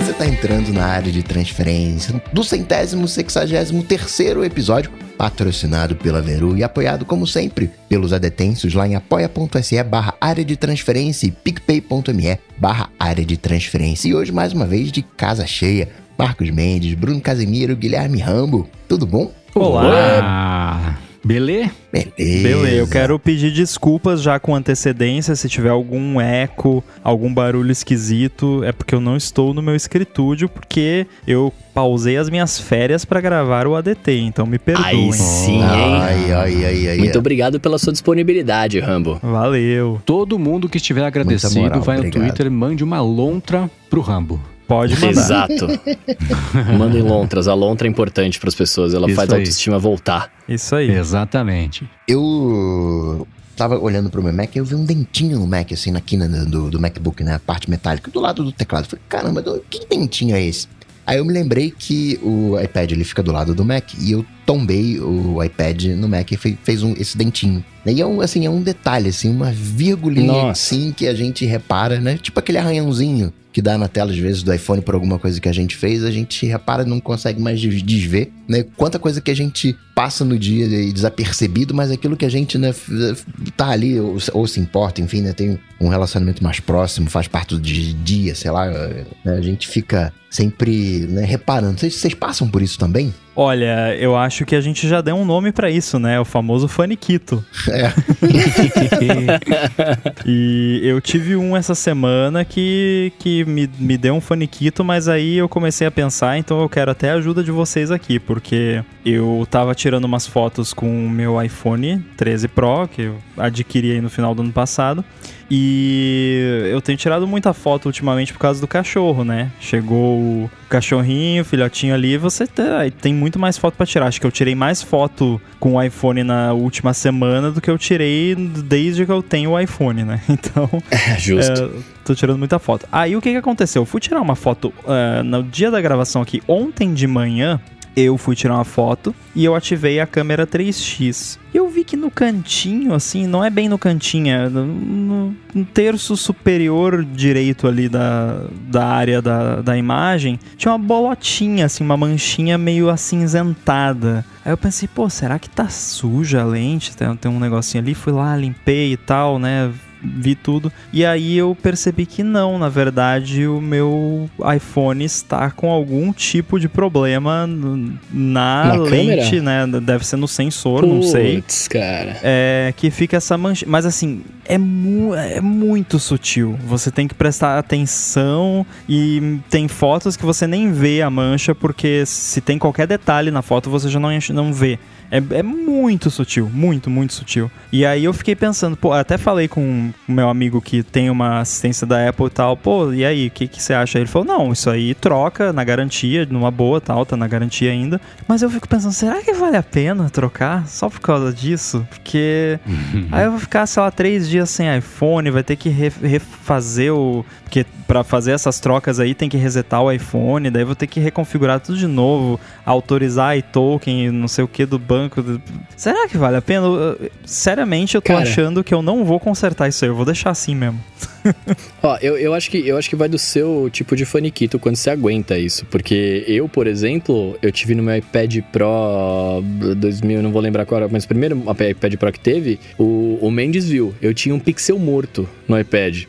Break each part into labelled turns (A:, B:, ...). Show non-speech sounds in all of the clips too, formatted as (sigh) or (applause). A: está tá entrando na área de transferência do centésimo sexagésimo terceiro episódio, patrocinado pela Veru e apoiado, como sempre, pelos adetensos lá em apoia.se barra área de transferência e picpay.me barra área de transferência. E hoje, mais uma vez, de casa cheia, Marcos Mendes, Bruno Casemiro, Guilherme Rambo, tudo bom?
B: Olá! Belê?
A: Beleza.
B: Beleza, eu quero pedir desculpas já com antecedência se tiver algum eco, algum barulho esquisito, é porque eu não estou no meu escritúdio porque eu pausei as minhas férias para gravar o ADT, então me perdoem.
C: Aí sim,
A: Ah,
C: hein?
A: Ai, ai, ai, ai.
C: Muito obrigado pela sua disponibilidade, Rambo.
B: Valeu.
D: Todo mundo que estiver agradecido,
A: moral,
D: vai no
A: obrigado.
D: Twitter e mande uma lontra pro Rambo.
B: Pode mandar.
C: (laughs) Exato. Mandem lontras. A lontra é importante para as pessoas. Ela
D: Isso
C: faz a
D: aí.
C: autoestima voltar. (laughs)
B: Isso aí.
D: Exatamente.
A: Eu tava olhando pro meu Mac e eu vi um dentinho no Mac, assim, na quina do, do MacBook, né? A parte metálica, do lado do teclado. Eu Falei, caramba, do- que dentinho é esse? Aí eu me lembrei que o iPad ele fica do lado do Mac e eu tombei o iPad no Mac e fe- fez um, esse dentinho. E é um, assim, é um detalhe, assim, uma vírgulinha
C: Nossa.
A: assim que a gente repara, né? Tipo aquele arranhãozinho que dá na tela às vezes do iPhone por alguma coisa que a gente fez, a gente repara e não consegue mais des- desver, né? Quanta coisa que a gente passa no dia e desapercebido, mas aquilo que a gente, né, f- tá ali ou, se- ou se importa, enfim, né, tem um relacionamento mais próximo, faz parte do di- dia, sei lá, né, a gente fica sempre, né, reparando. Vocês, vocês passam por isso também?
B: Olha, eu acho que a gente já deu um nome pra isso, né? O famoso faniquito. E eu tive um essa semana que, que me, me deu um faniquito, mas aí eu comecei a pensar, então eu quero até a ajuda de vocês aqui, porque eu tava tirando umas fotos com o meu iPhone 13 Pro, que eu adquiri aí no final do ano passado, e eu tenho tirado muita foto ultimamente por causa do cachorro, né? Chegou o cachorrinho, o filhotinho ali, você te- aí tem muito mais foto pra tirar. Acho que eu tirei mais foto com o iPhone na última semana do que eu tirei desde que eu tenho o iPhone, né? (laughs) Então,
C: É justo.
B: Tô tirando muita foto. Aí o que que aconteceu? Eu fui tirar uma foto ah, no dia da gravação aqui, ontem de manhã. Eu fui tirar uma foto e eu ativei a câmera 3x. E eu vi que no cantinho, assim, não é bem no cantinho, é no, no- no terço superior direito ali da, da área da, da imagem, tinha uma bolotinha, assim, uma manchinha meio acinzentada. Aí eu pensei, pô, será que tá suja a lente? Tem, tem um negocinho ali, fui lá, limpei e tal, né? vi tudo. E aí eu percebi que não, na verdade, o meu iPhone está com algum tipo de problema n- na,
C: Na
B: lente, né? Deve ser no sensor, não sei.
C: Putz, cara.
B: É, que fica essa mancha. Mas assim, é, mu- é muito sutil. Você tem que prestar atenção e tem fotos que você nem vê a mancha, porque se tem qualquer detalhe na foto, você já não, enche- não vê. É, é muito sutil, muito, muito sutil. E aí eu fiquei pensando, pô, até falei com o meu amigo que tem uma assistência da Apple e tal, pô, e aí, o que, que você acha? Ele falou, não, isso aí troca na garantia, numa boa tal, tá na garantia ainda. Mas eu fico pensando, será que vale a pena trocar só por causa disso? (laughs) Porque Aí eu vou ficar, sei lá, três dias sem iPhone, vai ter que re- refazer o. Porque pra fazer essas trocas aí tem que resetar o iPhone, daí vou ter que reconfigurar tudo de novo, autorizar iToken, não sei o que do banco. do- Será que vale a pena? Eu- eu- Seriamente, eu tô
C: Cara.
B: achando que eu não vou consertar isso aí, eu vou deixar assim mesmo.
C: Ó, eu, eu, acho que, eu acho que vai do seu tipo de faniquito quando você aguenta isso. Porque eu, por exemplo, eu tive no meu iPad Pro 2000, não vou lembrar qual era, mas o primeiro iPad Pro que teve, o, o Mendes viu. Eu tinha um pixel morto no iPad.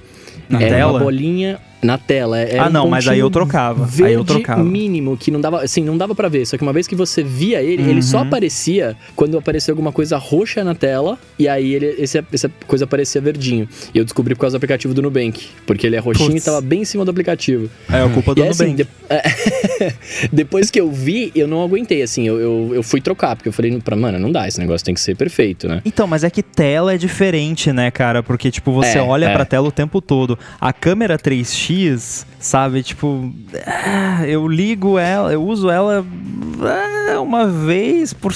B: Na
C: era
B: tela?
C: uma bolinha na tela. é- era
B: ah,
C: um
B: não, mas aí eu
C: pontinho
B: trocava.
C: verde
B: Aí eu trocava.
C: mínimo que não dava, assim, não dava para ver, só que uma vez que você via ele,
B: Uhum.
C: ele só aparecia quando aparecia alguma coisa roxa na tela e aí ele esse, essa coisa aparecia verdinho. E eu descobri por causa do aplicativo do Nubank, porque ele é roxinho
B: Putz.
C: e tava bem em cima do aplicativo.
B: É a culpa do
C: E aí, assim,
B: Nubank.
C: de- é, (laughs) depois que eu vi, eu não aguentei, assim, eu, eu, eu fui trocar, porque eu falei pra, mano, não dá, esse negócio tem que ser perfeito,
B: (laughs)
C: né?
B: Então, mas é que tela é diferente, né, cara? Porque, tipo, você
C: É,
B: olha
C: é.
B: pra tela o tempo todo. A câmera 3X, sabe, tipo, ah, eu ligo ela, eu uso ela ah, uma vez por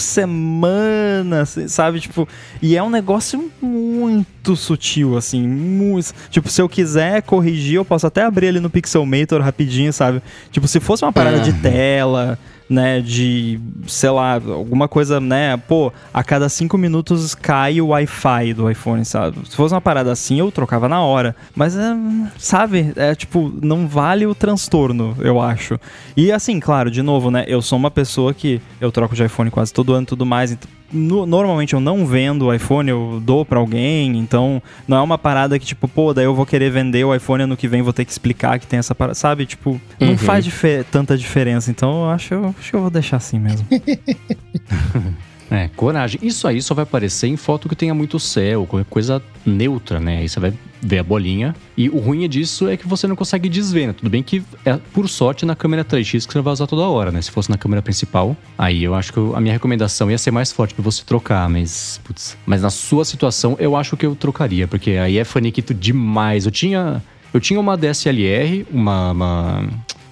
B: semana, assim, sabe? Tipo, e é um negócio muito sutil, assim, muito. Tipo, se eu quiser corrigir, eu posso até abrir ali no Pixelmator rapidinho, sabe? Tipo, se fosse uma parada de tela, né, de, sei lá, alguma coisa, né, pô, a cada cinco minutos cai o Wi-Fi do iPhone, sabe? Se fosse uma parada assim, eu trocava na hora. Mas, é, sabe, é tipo, não vale o transtorno, eu acho. E assim, claro, de novo, né, eu sou uma pessoa que eu troco de iPhone quase todo ano e tudo mais, então no- normalmente eu não vendo o iPhone, eu dou pra alguém, então não é uma parada que tipo, pô, daí eu vou querer vender o iPhone ano que vem, vou ter que explicar que tem essa parada, sabe? Tipo, não
C: Uhum.
B: faz dife- tanta diferença, então eu acho, eu acho que eu vou deixar assim mesmo.
D: É, coragem. Isso aí só vai aparecer em foto que tenha muito céu, qualquer coisa neutra, né? Aí você vai ver a bolinha. E o ruim disso é que você não consegue desver, né? Tudo bem que, é, por sorte, na câmera 3x que você vai usar toda hora, né? Se fosse na câmera principal, aí eu acho que eu- a minha recomendação ia ser mais forte pra você trocar, mas... Putz. Mas na sua situação, eu acho que eu trocaria, porque aí é faniquito demais. Eu tinha... Eu tinha uma DSLR, uma- uma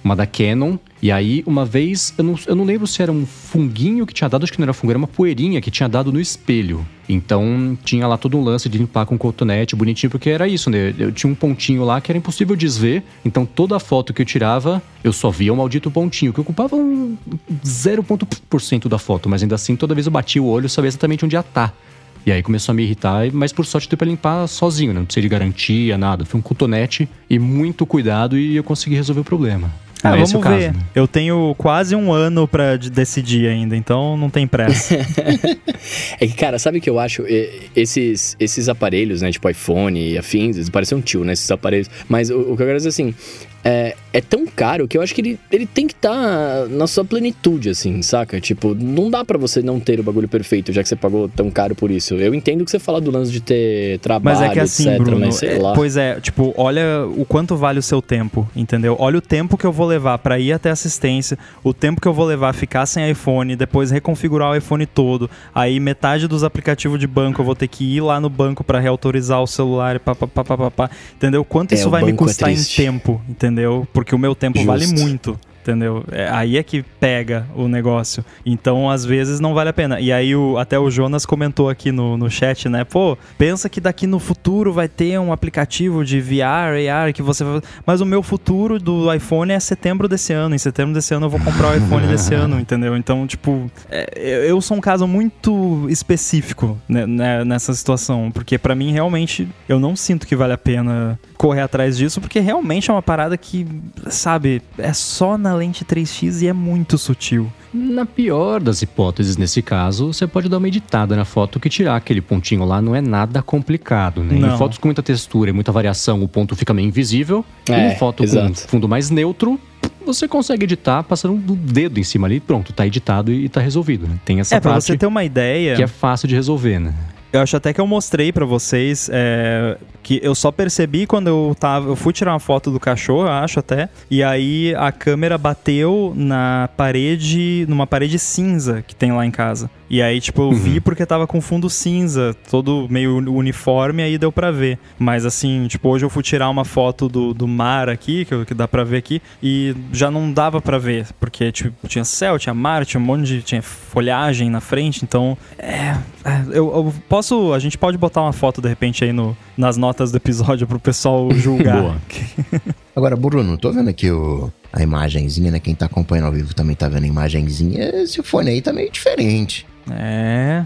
D: uma da Canon. E aí, uma vez, eu não, eu não lembro se era um funguinho que tinha dado, acho que não era fungo, era uma poeirinha que tinha dado no espelho. Então, tinha lá todo um lance de limpar com cotonete, bonitinho, porque era isso, né? Eu tinha um pontinho lá que era impossível desver. Então, toda a foto que eu tirava, eu só via o maldito pontinho, que ocupava um 0,1% da foto. Mas ainda assim, toda vez eu batia o olho, eu sabia exatamente onde ia tá. estar. E aí começou a me irritar, mas por sorte deu pra limpar sozinho, né? Não precisei de garantia, nada. Foi um cotonete e muito cuidado e eu consegui resolver o problema.
B: Ah,
D: Não é
B: vamos
D: esse o caso,
B: ver.
D: né?
B: Eu tenho quase um ano pra de- decidir ainda, então não tem pressa.
C: É que, cara, sabe o que eu acho? E- Esses, esses aparelhos, né? Tipo iPhone e afins, eles parecem um tio, né? Esses aparelhos. Mas o, o que eu quero dizer assim, é, é tão caro que eu acho que ele, ele tem que estar na sua plenitude, assim, saca? Tipo, não dá pra você não ter o bagulho perfeito, já que você pagou tão caro por isso. Eu entendo que você fala do lance de ter trabalho,
B: Mas é que assim,
C: etc,
B: Bruno,
C: mas sei
B: é-
C: lá.
B: pois é, tipo, olha o quanto vale o seu tempo, entendeu? Olha o tempo que eu vou levar pra ir até assistência, o tempo que eu vou levar a ficar sem iPhone, depois reconfigurar o iPhone todo, aí metade dos aplicativos de banco eu vou ter que ir lá no banco pra reautorizar o celular, e pá, pá, pá, pá, pá, pá. entendeu? Quanto
C: É,
B: isso
C: o
B: vai me
C: banco é
B: custar em
C: triste.
B: tempo, entendeu? Porque o meu tempo vale
C: Justo.
B: muito. Entendeu? É, aí é que pega o negócio. Então, às vezes, não vale a pena. E aí, o- até o Jonas comentou aqui no, no chat, né? Pô, pensa que daqui no futuro vai ter um aplicativo de VR, AR, que você vai... Mas o meu futuro do iPhone é setembro desse ano. Em setembro desse ano eu vou comprar o iPhone desse ano, entendeu? Então, tipo, é, eu- eu sou um caso muito específico né, né, nessa situação. Porque pra mim, realmente, eu não sinto que vale a pena correr atrás disso. Porque realmente é uma parada que, sabe, é só na lente 3x e é muito sutil.
D: Na pior das hipóteses, nesse caso, você pode dar uma editada na foto que tirar aquele pontinho lá não é nada complicado, né?
B: Não.
D: Em fotos com muita textura e muita variação, o ponto fica meio invisível.
C: É,
D: e em foto com
C: exato.
D: fundo mais neutro, você consegue editar passando o dedo em cima ali, pronto, tá editado e tá resolvido, né? Tem essa
B: é, pra
D: parte
B: você ter uma ideia.
D: que é fácil de resolver, né?
B: Eu acho até que eu mostrei pra vocês é, que eu só percebi quando eu tava. Eu fui tirar uma foto do cachorro, eu acho até. E aí a câmera bateu na parede. numa parede cinza que tem lá em casa. E aí, tipo, eu vi porque tava com fundo cinza, todo meio uni- uniforme, aí deu pra ver. Mas assim, tipo, hoje eu fui tirar uma foto do, do mar aqui, que, eu- que dá pra ver aqui, e já não dava pra ver, porque tipo, tinha céu, tinha mar, tinha um monte de. tinha folhagem na frente, então É, eu, eu posso. A gente pode botar uma foto de repente aí no, nas notas do episódio pro pessoal julgar.
D: Boa.
A: Agora, Bruno, tô vendo aqui o, a imagenzinha, né? Quem tá acompanhando ao vivo também tá vendo a imagenzinha. Esse fone aí tá meio diferente.
B: É.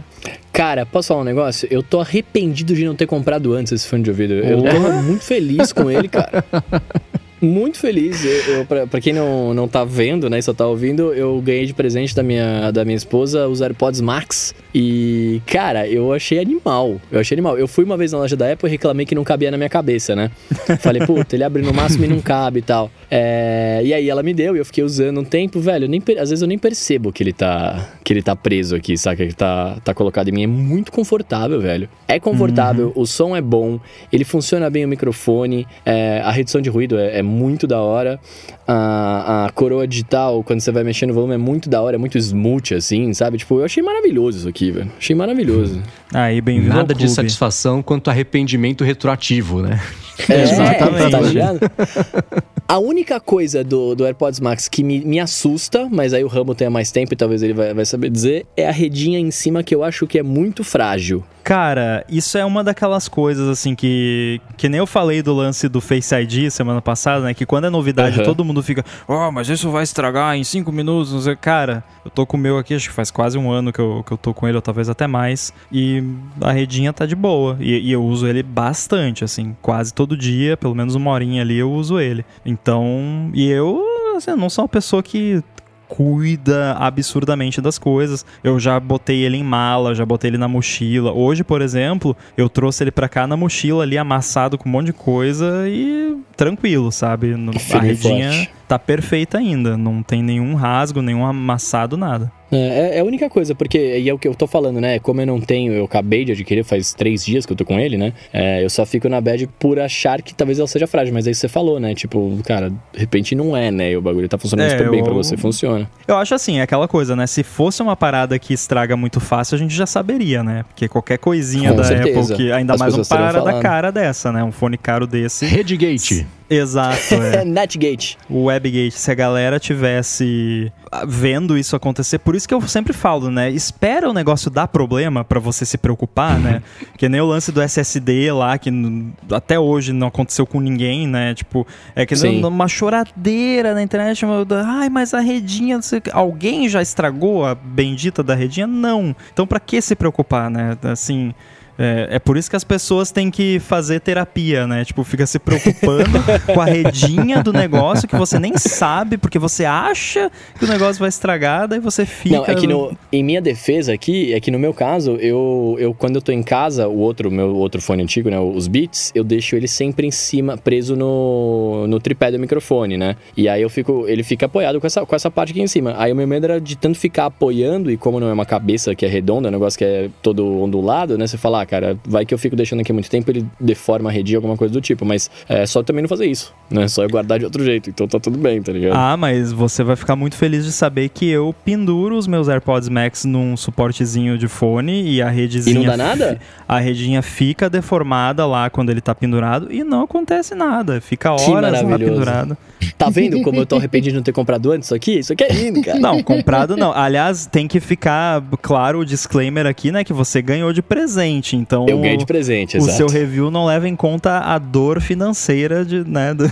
C: Cara, posso falar um negócio? Eu tô arrependido de não ter comprado antes esse fone de ouvido. Eu tô muito feliz com ele, cara. Muito feliz. Eu, eu, pra, pra quem não, não tá vendo, né, e só tá ouvindo, eu ganhei de presente da minha, da minha esposa os AirPods Max. E, cara, eu achei animal. Eu achei animal. Eu fui uma vez na loja da Apple e reclamei que não cabia na minha cabeça, né? Falei, puta, ele abre no máximo e não cabe e tal. É, e aí ela me deu e eu fiquei usando um tempo, velho. eu nem per- às vezes eu nem percebo que ele tá que ele tá preso aqui, saca? Que ele tá, tá colocado em mim. É muito confortável, velho. É confortável, o som é bom, ele funciona bem o microfone, é, a redução de ruído é, é muito da hora. A, a coroa digital, quando você vai mexendo no volume, é muito da hora, é muito smooth, assim, sabe? Tipo, eu achei maravilhoso isso aqui, velho. Achei maravilhoso.
B: Aí, bem-vindo. ao
D: Nada é de
B: clube.
D: satisfação quanto arrependimento retroativo, né?
C: É,
B: Exatamente. (laughs)
C: tá ligado? A única coisa do, do AirPods Max que me, me assusta, mas aí o Ramo tenha mais tempo e talvez ele vai, vai saber dizer, é a redinha em cima que eu acho que é muito frágil.
B: Cara, isso é uma daquelas coisas, assim, que. Que nem eu falei do lance do Face ID semana passada, né? Que quando é novidade,
C: Aham.
B: todo mundo fica, ó, mas isso vai estragar em cinco minutos, não sei. Cara, eu tô com o meu aqui, acho que faz quase um ano que eu, que eu tô com ele, ou talvez até mais. E a redinha tá de boa. E, e eu uso ele bastante, assim, quase todo dia, pelo menos uma horinha ali eu uso ele. Então. E eu, assim, eu não sou uma pessoa que cuida absurdamente das coisas. Eu já botei ele em mala, já botei ele na mochila. Hoje, por exemplo, eu trouxe ele pra cá na mochila ali amassado com um monte de coisa e tranquilo, sabe? No- A
C: Firme e
B: redinha
C: forte.
B: tá perfeita ainda, não tem nenhum rasgo, nenhum amassado, nada.
C: É, é a única coisa, porque, e é o que eu tô falando, né? Como eu não tenho, eu acabei de adquirir, faz três dias que eu tô com ele, né? É, eu só fico na bad por achar que talvez ela seja frágil, mas aí você falou, né? Tipo, cara, de repente não é, né? E o bagulho tá funcionando
B: É,
C: super bem pra
B: eu-
C: você, funciona.
B: Eu acho assim, é aquela coisa, né? Se fosse uma parada que estraga muito fácil, a gente já saberia, né? Porque qualquer coisinha
C: Com
B: da
C: certeza.
B: Apple que. Ainda
C: As
B: mais um
C: pessoas teriam
B: parada da
C: falado.
B: cara dessa, né? Um fone caro
C: (laughs)
B: desse.
D: Redgate.
B: Exato, é.
C: É, Netgate.
B: o Webgate, se a galera tivesse ah, vendo isso acontecer, por isso que eu sempre falo, né? Espera o negócio dar problema pra você se preocupar, né? que nem o lance do SSD lá, que n- até hoje não aconteceu com ninguém, né? Tipo, é que
C: Sim.
B: nem uma choradeira na internet, uma- ai, mas a redinha, não sei o quê. alguém já estragou a bendita da redinha? Não. Então pra que se preocupar, né? Assim, é, é por isso que as pessoas têm que fazer terapia, né? Tipo, fica se preocupando com a redinha do negócio que você nem sabe, porque você acha que o negócio vai estragar, daí você fica.
C: Não, é que no- em minha defesa aqui, é que no meu caso, eu, eu quando eu tô em casa, o outro, meu outro fone antigo, né, os Beats, eu deixo ele sempre em cima, preso no, no tripé do microfone, né? E aí eu fico, ele fica apoiado com essa, com essa parte aqui em cima. Aí o meu medo era de tanto ficar apoiando, e como não é uma cabeça que é redonda, é um negócio que é todo ondulado, né? Você fala, ah, cara, vai que eu fico deixando aqui muito tempo, ele deforma a rede, alguma coisa do tipo. Mas é só também não fazer isso, né? Só eu guardar de outro jeito, então tá tudo bem, tá ligado?
B: Ah, mas você vai ficar muito feliz de saber que eu penduro os meus AirPods Max num suportezinho de fone e a
C: e
B: redezinha.
C: não dá nada?
B: A redinha fica deformada lá quando ele tá pendurado e não acontece nada. Fica
C: Que
B: horas lá
C: maravilhoso.
B: pendurado.
C: Tá vendo como eu tô arrependido de não ter comprado antes isso aqui? Isso aqui é (laughs) lindo, cara.
B: Não, comprado não. Aliás, tem que ficar claro o disclaimer aqui, né? Que você ganhou de presente. Então,
C: Eu ganhei de presente,
B: o
C: exato.
B: seu review não leva em conta a dor financeira de, né? do-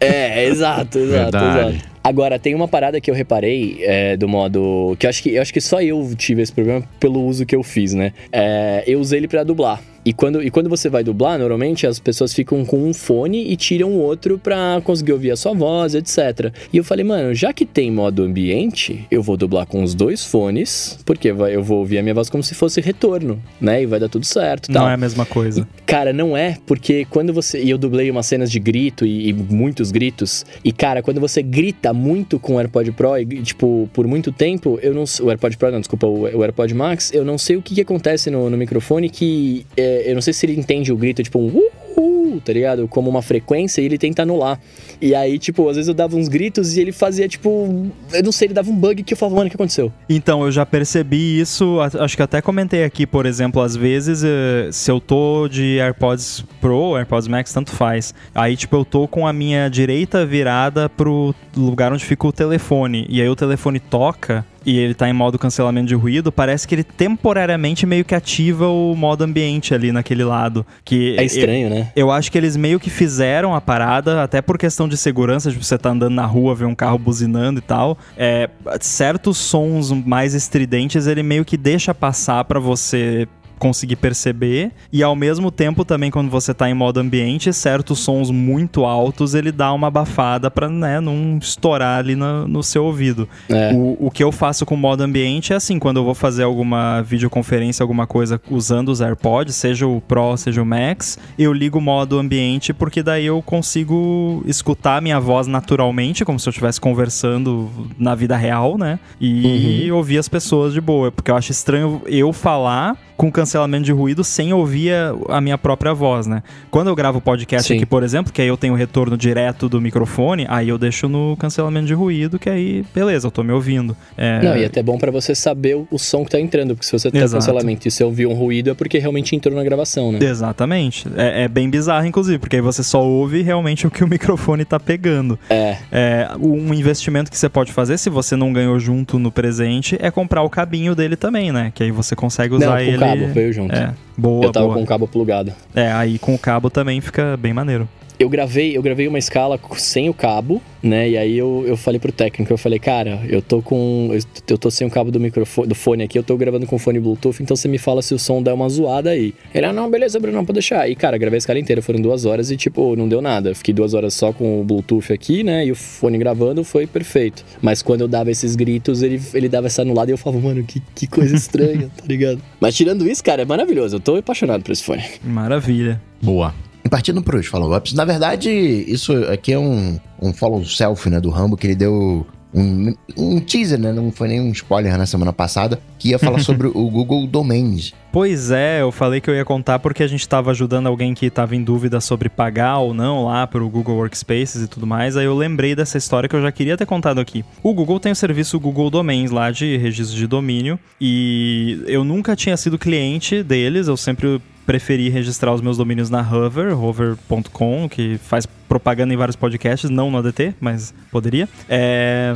C: É, exato, exato,
D: Verdade.
C: exato. Agora, tem uma parada que eu reparei é, do modo. Que eu acho que eu acho que só eu tive esse problema pelo uso que eu fiz, né? É, eu usei ele pra dublar. E quando, e quando você vai dublar, normalmente as pessoas ficam com um fone e tiram o outro pra conseguir ouvir a sua voz, etc. E eu falei, mano, já que tem modo ambiente, eu vou dublar com os dois fones, porque vai- eu vou ouvir a minha voz como se fosse retorno, né? E vai dar tudo certo e tal.
B: Não é a mesma coisa.
C: Cara, não é, porque quando você. E eu dublei umas cenas de grito e, e muitos gritos. E, cara, quando você grita muito com o AirPod Pro, e, tipo, por muito tempo, eu não sei. O AirPod Pro, não, desculpa, o, o AirPod Max, eu não sei o que, que acontece no, no microfone que. é, eu não sei se ele entende o grito, tipo, um uhul, tá ligado? Como uma frequência e ele tenta anular. E aí, tipo, às vezes eu dava uns gritos e ele fazia, tipo. Eu não sei, ele dava um bug que eu falava, mano, o que aconteceu?
B: Então, eu já percebi isso, a- acho que até comentei aqui, por exemplo, às vezes, eh, se eu tô de AirPods Pro, AirPods Max, tanto faz. Aí, tipo, eu tô com a minha direita virada pro lugar onde fica o telefone. E aí o telefone toca e ele tá em modo cancelamento de ruído, parece que ele temporariamente meio que ativa o modo ambiente ali naquele lado. Que
C: É estranho, né?
B: eu acho que eles meio que fizeram a parada, até por questão de segurança, tipo, você tá andando na rua, vê um carro buzinando e tal. É, certos sons mais estridentes, ele meio que deixa passar pra você conseguir perceber. E ao mesmo tempo, também, quando você tá em modo ambiente, certos sons muito altos, ele dá uma abafada pra né, não estourar ali no, no seu ouvido.
C: É.
B: O, o que eu faço com o modo ambiente é assim, quando eu vou fazer alguma videoconferência, alguma coisa usando os AirPods, seja o Pro, seja o Max, eu ligo o modo ambiente porque daí eu consigo escutar a minha voz naturalmente, como se eu estivesse conversando na vida real, né? E ouvir as pessoas de boa, porque eu acho estranho eu falar com cancelamento de ruído sem ouvir a- a minha própria voz, né? Quando eu gravo podcast
C: Sim.
B: aqui, por exemplo, que aí eu tenho retorno direto do microfone, aí eu deixo no cancelamento de ruído, que aí, beleza, eu tô me ouvindo. É,
C: Não, e até bom pra você saber o- o som que tá entrando, porque se você tá
B: Exato.
C: cancelamento e você ouviu um ruído é porque realmente entrou na gravação, né?
B: Exatamente. É, é bem bizarro, inclusive, porque aí você só ouve realmente o que o (laughs) microfone tá pegando.
C: É.
B: É, um investimento que você pode fazer, se você não ganhou junto no presente, é comprar o cabinho dele também, né? Que aí você consegue
C: Não,
B: usar
C: o
B: ele
C: cabo, veio junto.
B: É, boa,
C: eu tava
B: boa.
C: com o cabo plugado.
B: É, aí com o cabo também fica bem maneiro.
C: Eu gravei, eu gravei uma escala sem o cabo, né? E aí eu, eu falei pro técnico, eu falei, cara, eu tô com. Eu, eu tô sem o cabo do microfone do fone aqui, eu tô gravando com fone Bluetooth, então você me fala se o som der uma zoada aí. Ele, ah, não, beleza, Bruno, pode deixar. E, cara, gravei a escala inteira, foram duas horas e, tipo, não deu nada. Fiquei duas horas só com o Bluetooth aqui, né? E o fone gravando, foi perfeito. Mas quando eu dava esses gritos, ele, ele dava essa anulada e eu falava, mano, que, que coisa estranha, (laughs) tá ligado? Mas tirando isso, cara, é maravilhoso. Eu tô apaixonado por esse fone.
B: Maravilha.
D: Boa.
A: E partindo para os follow-ups, na verdade, isso aqui é um, um follow-self né, do Rambo, que ele deu um, um teaser, né, não foi nem um spoiler na semana passada, que ia falar sobre o Google Domains.
B: Pois é, eu falei que eu ia contar porque a gente tava ajudando alguém que tava em dúvida sobre pagar ou não lá pro Google Workspaces e tudo mais. Aí eu lembrei dessa história que eu já queria ter contado aqui. O Google tem o serviço Google Domains lá de registro de domínio e eu nunca tinha sido cliente deles, eu sempre preferi registrar os meus domínios na Hover, hover.com, que faz propaganda em vários podcasts, não no ADT, mas poderia. É,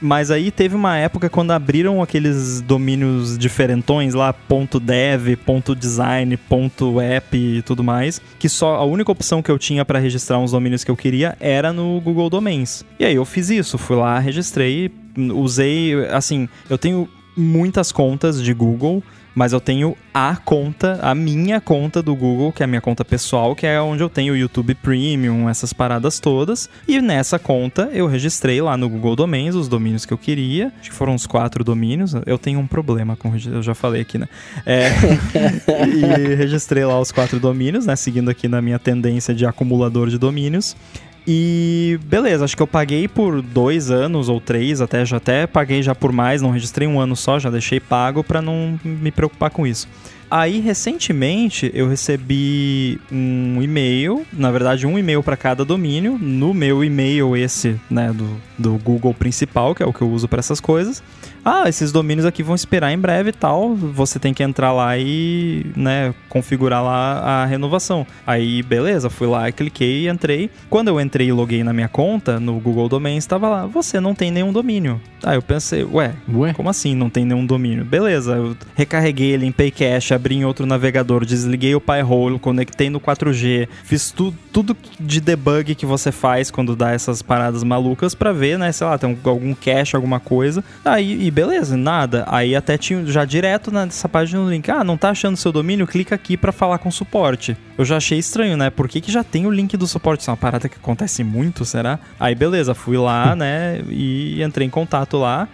B: mas aí teve uma época quando abriram aqueles domínios diferentões lá, .dev, .design, .app e tudo mais, que só a única opção que eu tinha para registrar uns domínios que eu queria era no Google Domains. E aí eu fiz isso, fui lá, registrei, usei, assim, eu tenho muitas contas de Google, mas eu tenho a conta, a minha conta do Google, que é a minha conta pessoal, que é onde eu tenho o YouTube Premium, essas paradas todas. E nessa conta eu registrei lá no Google Domains os domínios que eu queria. Acho que foram uns quatro domínios. Eu tenho um problema com registro, eu já falei aqui, né? É, (laughs) e registrei lá os quatro domínios, né? Seguindo aqui na minha tendência de acumulador de domínios. E beleza, acho que eu paguei por dois anos ou três, até já até paguei já por mais, não registrei um ano só, já deixei pago pra não me preocupar com isso. Aí recentemente eu recebi um e-mail, na verdade um e-mail para cada domínio, no meu e-mail esse, né, do, do Google principal, que é o que eu uso para essas coisas. Ah, esses domínios aqui vão expirar em breve e tal, você tem que entrar lá e, né, configurar lá a renovação. Aí, beleza, fui lá, cliquei e entrei. Quando eu entrei e loguei na minha conta, no Google Domains, estava lá, você não tem nenhum domínio. Aí eu pensei, ué,
D: Ué?
B: como assim não tem nenhum domínio? Beleza, eu recarreguei, ele limpei cache, abri em outro navegador, desliguei o Pi-hole, conectei no 4G, fiz tu, tudo de debug que você faz quando dá essas paradas malucas pra ver, né, sei lá, tem um- algum cache, alguma coisa. Aí, e beleza, nada. Aí até tinha já direto nessa página do link, ah, não tá achando seu domínio? Clica aqui pra falar com o suporte. Eu já achei estranho, né? Por que, que já tem o link do suporte? Isso é uma parada que acontece muito, será? Aí beleza, fui lá, (laughs) né, e entrei em contato lá.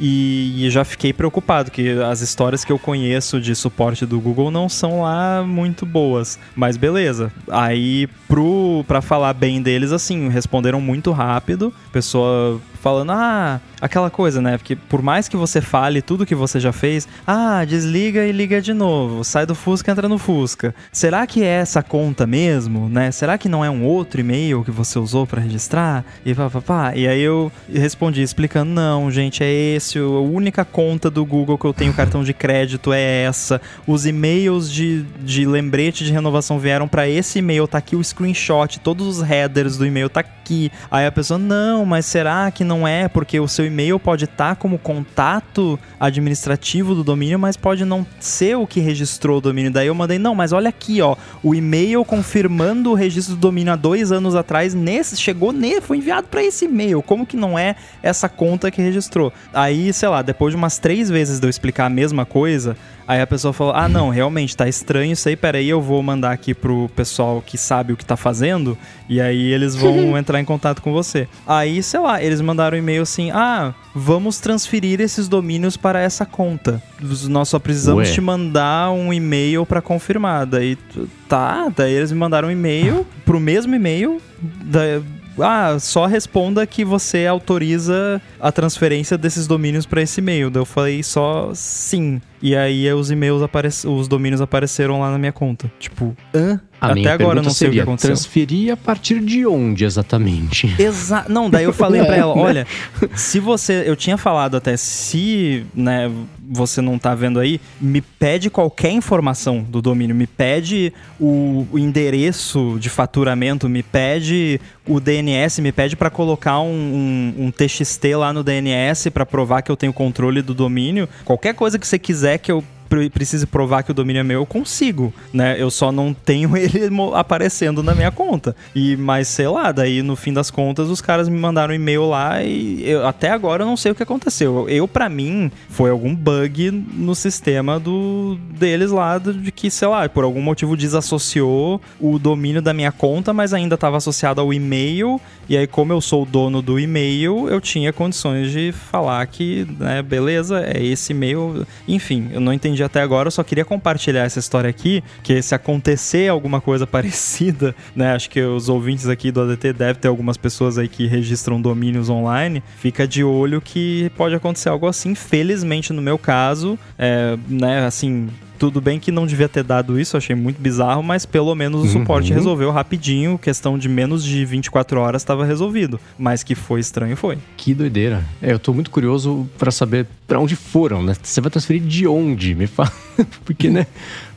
B: E, e já fiquei preocupado, que as histórias que eu conheço de suporte do Google não são lá muito boas. Mas beleza. Aí, pro, pra falar bem deles, assim, responderam muito rápido. Pessoa falando, ah, aquela coisa, né? Porque por mais que você fale tudo que você já fez, ah, desliga e liga de novo. Sai do Fusca, entra no Fusca. Será que é essa conta mesmo, né? Será que não é um outro e-mail que você usou pra registrar? E pá, pá, pá. E aí eu respondi explicando: não, gente, é esse, a única conta do Google que eu tenho cartão de crédito é essa. Os e-mails de, de lembrete de renovação vieram pra esse e-mail, tá aqui o screenshot, todos os headers do e-mail tá aqui. Aí a pessoa, não, mas será que não é? Porque o seu e-mail pode estar como contato administrativo do domínio, mas pode não ser o que registrou o domínio. Daí eu mandei, não, mas olha aqui, ó, o e-mail confirmando o registro do domínio há dois anos atrás, nesse, chegou nele, foi enviado pra esse e-mail. Como que não é essa conta que registrou? Aí, sei lá, depois de umas três vezes de eu explicar a mesma coisa, aí a pessoa falou: Ah, não, realmente tá estranho isso aí, peraí, eu vou mandar aqui pro pessoal que sabe o que tá fazendo, e aí eles vão entrar em contato com você. Aí, sei lá, eles mandaram um e-mail assim: Ah, vamos transferir esses domínios para essa conta. Nós só precisamos
D: Ué.
B: te mandar um e-mail pra confirmar. Daí, tu- tá, daí eles me mandaram um e-mail pro mesmo e-mail. da- ah, só responda que você autoriza a transferência desses domínios pra esse e-mail. Daí eu falei só sim. E aí os e-mails aparece, os domínios apareceram lá na minha conta. Tipo, hã?
D: A
B: Até
D: minha
B: agora eu
D: pergunta
B: não sei o que
D: seria,
B: aconteceu.
D: Transferir a partir de onde exatamente?
B: Exa não, daí eu falei pra ela, olha, se você, eu tinha falado até se, né, você não tá vendo aí, me pede qualquer informação do domínio, me pede o, o endereço de faturamento, me pede o DNS, me pede pra colocar um, um- um TXT lá no DNS pra provar que eu tenho controle do domínio, qualquer coisa que você quiser que eu pre- precise provar que o domínio é meu, eu consigo, né? Eu só não tenho (laughs) ele mo- aparecendo na minha conta. E mas sei lá, daí no fim das contas os caras me mandaram um e-mail lá e eu- até agora eu não sei o que aconteceu. Eu para mim foi algum bug no sistema do deles lá do- de que, sei lá, por algum motivo desassociou o domínio da minha conta, mas ainda estava associado ao e-mail e aí, como eu sou o dono do e-mail, eu tinha condições de falar que, né, beleza, é esse e-mail. Enfim, eu não entendi até agora, eu só queria compartilhar essa história aqui, que se acontecer alguma coisa (laughs) parecida, né, acho que os ouvintes aqui do ADT devem ter algumas pessoas aí que registram domínios online, fica de olho que pode acontecer algo assim. Felizmente, no meu caso, é, né, assim, tudo bem que não devia ter dado isso, achei muito bizarro, mas pelo menos o suporte
D: Uhum.
B: resolveu rapidinho, questão de menos de 24 horas estava resolvido. Mas que foi estranho, foi.
D: Que doideira. É, eu tô muito curioso pra saber pra onde foram, né? Você vai transferir de onde? Me fala. (laughs) Porque, né?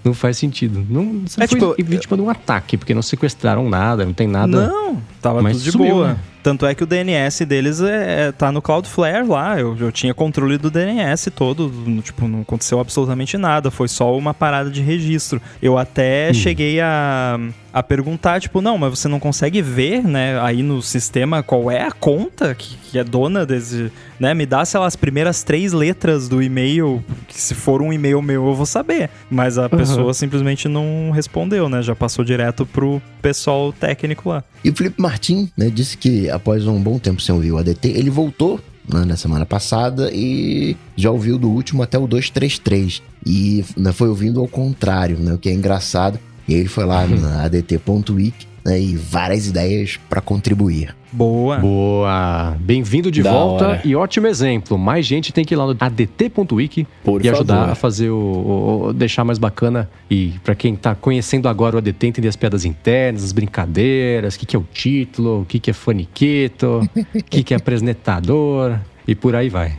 D: Não faz sentido. Não, você
B: É,
D: foi
B: tipo,
D: vítima de um ataque, porque não sequestraram nada, não tem nada.
B: Não, tava
D: Mas
B: tudo de
D: sumiu,
B: boa.
D: né?
B: Tanto é que o DNS deles é, é- tá no Cloudflare lá. Eu, eu tinha controle do DNS todo. no- Tipo, não aconteceu absolutamente nada. Foi só uma parada de registro. Eu
D: Hum.
B: até cheguei a, a perguntar, tipo, não, mas você não consegue ver, né, aí no sistema qual é a conta que, que é dona desse. Né, me dá, sei lá, as primeiras três letras do e-mail. Que se for um e-mail meu, eu vou saber. Mas a pessoa simplesmente não respondeu, né? Já passou direto pro pessoal técnico lá.
A: E o Felipe Martim né, disse que após um bom tempo sem ouvir o ADT, ele voltou né, na semana passada e já ouviu do último até o 233. E né, foi ouvindo ao contrário, né, o que é engraçado. E aí ele foi (laughs) lá na adt.wiki né, e várias ideias para contribuir.
B: Boa.
D: Boa! Bem-vindo de
C: Da
D: volta
C: hora.
D: e ótimo exemplo. Mais gente tem que ir lá no adt.wiki
C: Por
D: e ajudar
C: favor.
D: a fazer o, o- o- deixar mais bacana e pra quem tá conhecendo agora o ADT entender as piadas internas, as brincadeiras, o que que é o título, o que que é faniquito, o que
C: (laughs)
D: que é apresentador e por aí vai.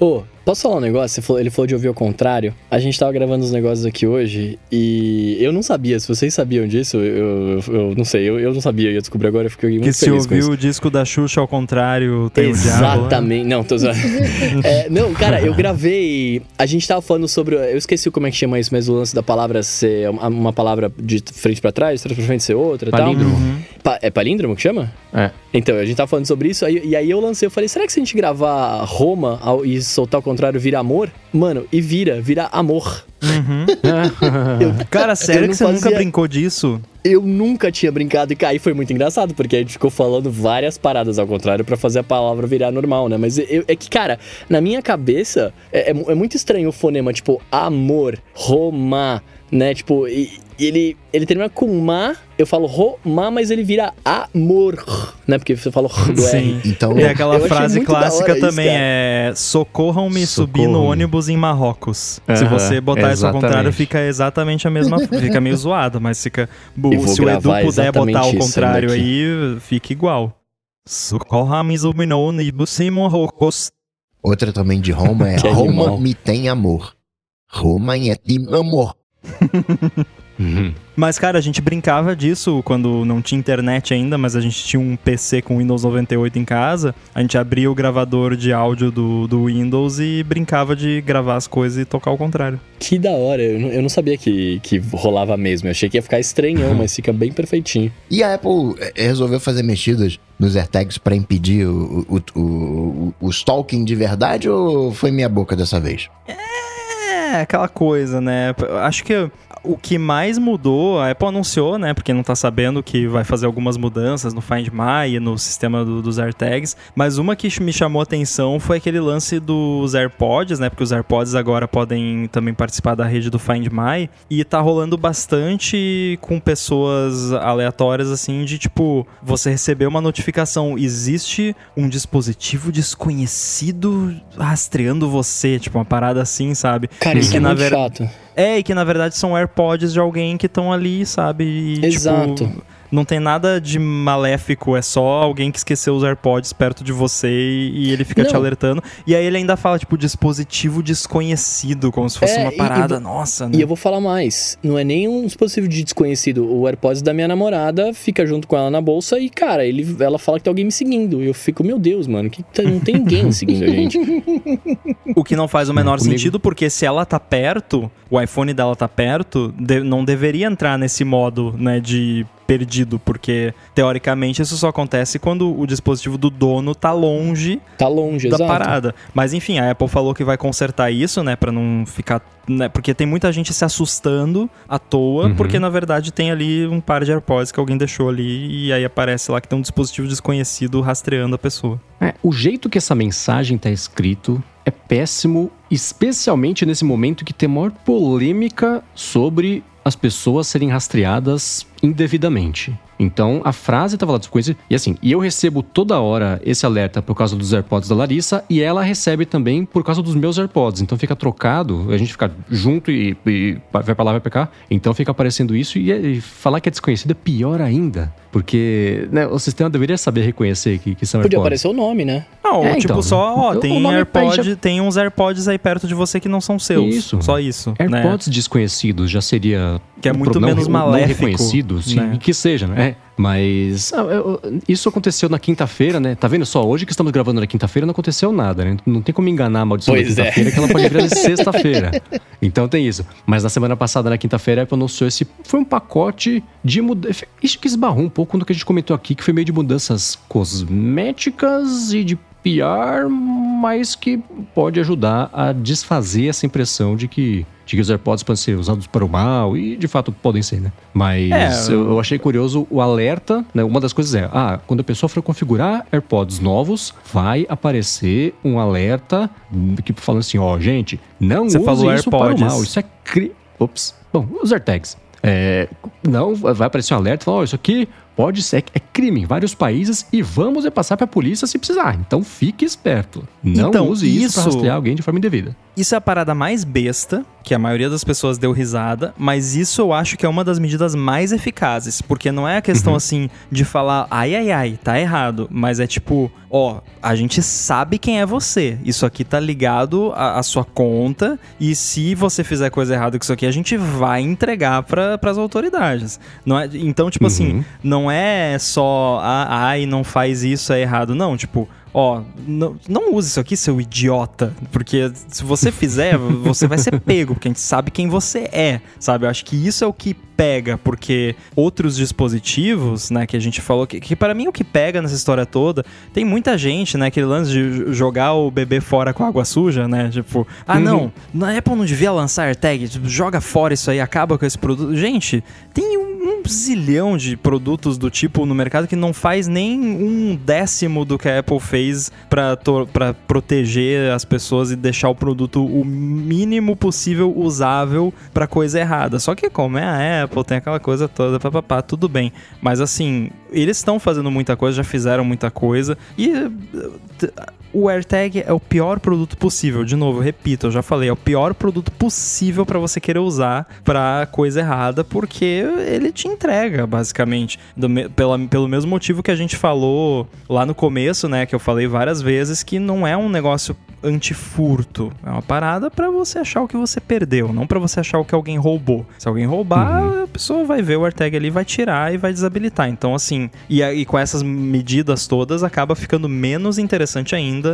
C: Ô, posso falar um negócio? Você falou- ele falou de ouvir o contrário. A gente tava gravando os negócios aqui hoje e eu não sabia. Se vocês sabiam disso, eu, eu- eu não sei. Eu, eu não sabia, eu ia descobrir agora. Eu fiquei muito
B: Que se
C: feliz com isso.
B: ouviu o disco da Xuxa ao contrário, tem o diabo. né?
C: Exatamente. Não,
B: (laughs)
C: tô zoando. É, não, cara, eu gravei. A gente tava falando sobre. Eu esqueci como é que chama isso, mas o lance da palavra ser uma- uma palavra de frente pra trás, trás pra frente ser outra e tal.
D: Palíndromo.
C: Pa- é palíndromo que chama?
D: É.
C: Então, a gente tava falando sobre isso, aí- e aí eu lancei, eu falei, será que se a gente gravar Roma ao- e soltar ao contrário vira amor? Mano, e vira, vira amor.
B: Cara,
C: (laughs) Eu
B: sério
C: não
B: que você nunca
C: fazia-
B: brincou disso?
C: Eu nunca tinha brincado e caí, foi muito engraçado, porque a gente ficou falando várias paradas ao contrário pra fazer a palavra virar normal, né? Mas eu- é que, cara, na minha cabeça é, é mu- é muito estranho o fonema, tipo, amor, Roma, né? Tipo, e- e ele, ele termina com ma, eu falo Roma, mas ele vira amor, né? Porque você fala
B: (laughs)
C: do R.
A: Então,
B: E aquela
C: É. Eu achei
B: frase
C: muito da hora
B: clássica
C: isso,
B: também
C: cara.
B: é: socorram-me subir no
D: Socorram-me.
B: ônibus em Marrocos. Se
D: Aham,
B: você botar isso ao
D: exatamente.
B: contrário, fica exatamente a mesma. Fica
C: (laughs)
B: meio zoado, mas fica. Bu,
C: Eu vou
B: Se o Edu
C: gravar
B: puder botar ao
C: exatamente isso
B: contrário
C: ainda
B: aí, fica igual. Socorram-me subir no ônibus em Marrocos.
A: outra também de Roma (laughs) é
C: Que animal.
A: Roma me tem amor. Roma é de amor.
B: Mas, cara, a gente brincava disso quando não tinha internet ainda, mas a gente tinha um PC com Windows 98 em casa. A gente abria o gravador de áudio do, do Windows e brincava de gravar as coisas e tocar ao contrário.
C: Que da hora, eu não, eu não sabia que, que rolava mesmo. Eu achei que ia ficar
B: (laughs)
C: estranhão, mas fica bem perfeitinho.
A: E a Apple eh, resolveu fazer mexidas nos AirTags para impedir o, o, o- o- o stalking de verdade ou foi minha boca dessa vez?
B: É, aquela coisa, né? P- Acho que o que mais mudou, a Apple anunciou, né? Porque não tá sabendo que vai fazer algumas mudanças no Find My e no sistema do- dos AirTags. Mas uma que ch- me chamou a atenção foi aquele lance dos AirPods, né? Porque os AirPods agora podem também participar da rede do Find My. E tá rolando bastante com pessoas aleatórias, assim, de tipo, você recebeu uma notificação, existe um dispositivo desconhecido rastreando você, tipo, uma parada assim, sabe?
C: Cara, isso
B: Que
C: é
B: na
C: muito
B: vera-
C: chato.
B: É, e que na verdade são AirPods de alguém que estão ali, sabe? E, tipo,
C: Exato.
B: não tem nada de maléfico, é só alguém que esqueceu os AirPods perto de você e, e ele fica te
C: Não.
B: alertando. E aí ele ainda fala, tipo, dispositivo desconhecido, como se fosse
C: É,
B: uma
C: e- e
B: parada,
C: vo-
B: nossa, né?
C: E eu vou falar mais, não é nem um dispositivo de desconhecido. O AirPods da minha namorada fica junto com ela na bolsa e, cara, ele, ela fala que tem alguém me seguindo. E eu fico, meu Deus, mano, que tá- não tem
B: (laughs)
C: ninguém seguindo a gente.
B: O que não faz o menor
D: Não, comigo-
B: sentido, porque se ela tá perto, o iPhone dela tá perto, de- não deveria entrar nesse modo, né, de perdido, porque teoricamente isso só acontece quando o dispositivo do dono tá longe
C: Tá longe,
B: da
C: exato.
B: parada. né, Mas enfim, a Apple falou que vai consertar isso, né, Pra não ficar, né, porque tem muita gente se assustando à toa,
D: Uhum.
B: porque na verdade tem ali um par de AirPods que alguém deixou ali e aí aparece lá que tem um dispositivo desconhecido rastreando a pessoa.
D: É, o jeito que essa mensagem tá escrito é péssimo, especialmente nesse momento que tem a maior polêmica sobre as pessoas serem rastreadas indevidamente. Então, a frase tava lá das coisas, e assim, e eu recebo toda hora esse alerta por causa dos AirPods da Larissa, e ela recebe também por causa dos meus AirPods. Então fica trocado, a gente fica junto e, e vai pra lá, vai pra cá. Então fica aparecendo isso, e, e falar que é desconhecido é pior ainda. Porque né, o sistema deveria saber reconhecer que, que são
C: Podia
D: AirPods.
C: aparecer o nome, né?
B: Não,
D: É,
B: tipo,
D: então.
B: só, ó,
D: O- o
B: tem
D: nome
B: AirPod,
D: já-
B: tem uns AirPods aí perto de você que não são seus.
D: Isso.
B: Só isso. né?
D: É. AirPods desconhecidos já seria
B: Que é
D: um
B: muito
D: problema
B: menos
D: não
B: maléfico.
D: reconhecido, sim,
B: né?
D: que seja, né? É, mas ah, eu- isso aconteceu na quinta-feira, né? Tá vendo só? Hoje que estamos gravando na quinta-feira não aconteceu nada, né? Não tem como enganar a maldição
C: Pois
D: da
C: é.
D: quinta-feira, que ela pode
C: (laughs)
D: virar sexta-feira. Então tem isso. Mas na semana passada, na quinta-feira, a Apple anunciou esse. Foi um pacote de mudanças. Isso que esbarrou um pouco no que a gente comentou aqui, que foi meio de mudanças cosméticas e de PR, mas que pode ajudar a desfazer essa impressão de que, de que os AirPods podem ser usados para o mal, e de fato podem ser, né? Mas
B: É,
D: eu, eu achei curioso o alerta, né? Uma das coisas é, ah, quando a pessoa for configurar AirPods novos, vai aparecer um alerta hum, que falando assim, ó, gente, não
B: Você
D: use
B: falou
D: isso para o
B: AirPods.
D: mal, isso é cri... Ops. Bom, os AirTags. É, não, vai aparecer um alerta, falar, ó, isso aqui pode ser, é crime em vários países e vamos repassar para a polícia se precisar. Então fique esperto. Não
B: Então,
D: use isso, para
B: isso-
D: rastrear alguém de forma indevida.
B: Isso é a parada mais besta, que a maioria das pessoas deu risada, mas isso eu acho que é uma das medidas mais eficazes, porque não é a questão assim de falar, ai, ai, ai, tá errado, mas é tipo, ó, a gente sabe quem é você, isso aqui tá ligado à, à sua conta, e se você fizer coisa errada com isso aqui, a gente vai entregar pra, pras autoridades. Não é, então, tipo assim,
D: Uhum.
B: não é só, ah, ai, não faz isso, é errado. Não, tipo, ó, não, não use isso aqui, seu idiota. Porque se você fizer, você vai ser pego, porque a gente sabe quem você é, sabe? Eu acho que isso é o que pega, porque outros dispositivos, né, que a gente falou, que, que para mim é o que pega nessa história toda, tem muita gente, né, aquele lance de j- jogar o bebê fora com água suja, né? Tipo, ah, não, na Apple não devia lançar AirTag, tipo, joga fora isso aí, acaba com esse produto. Gente, tem um, um zilhão de produtos do tipo no mercado que não faz nem um décimo do que a Apple fez pra to- pra proteger as pessoas e deixar o produto o mínimo possível usável pra coisa errada. Só que como é a Apple, tem aquela coisa toda, papapá, tudo bem. Mas assim, eles estão fazendo muita coisa, já fizeram muita coisa e eh, t- o AirTag é o pior produto possível. De novo, eu repito, eu já falei, é o pior produto possível pra você querer usar pra coisa errada, porque ele te entrega, basicamente. Do me- pela, pelo mesmo motivo que a gente falou lá no começo, né? Que eu falei várias vezes, que não é um negócio antifurto. É uma parada pra você achar o que você perdeu, não pra você achar o que alguém roubou. Se alguém roubar, a pessoa vai ver o AirTag ali, vai tirar e vai desabilitar. Então, assim, e, a- e com essas medidas todas, acaba ficando menos interessante ainda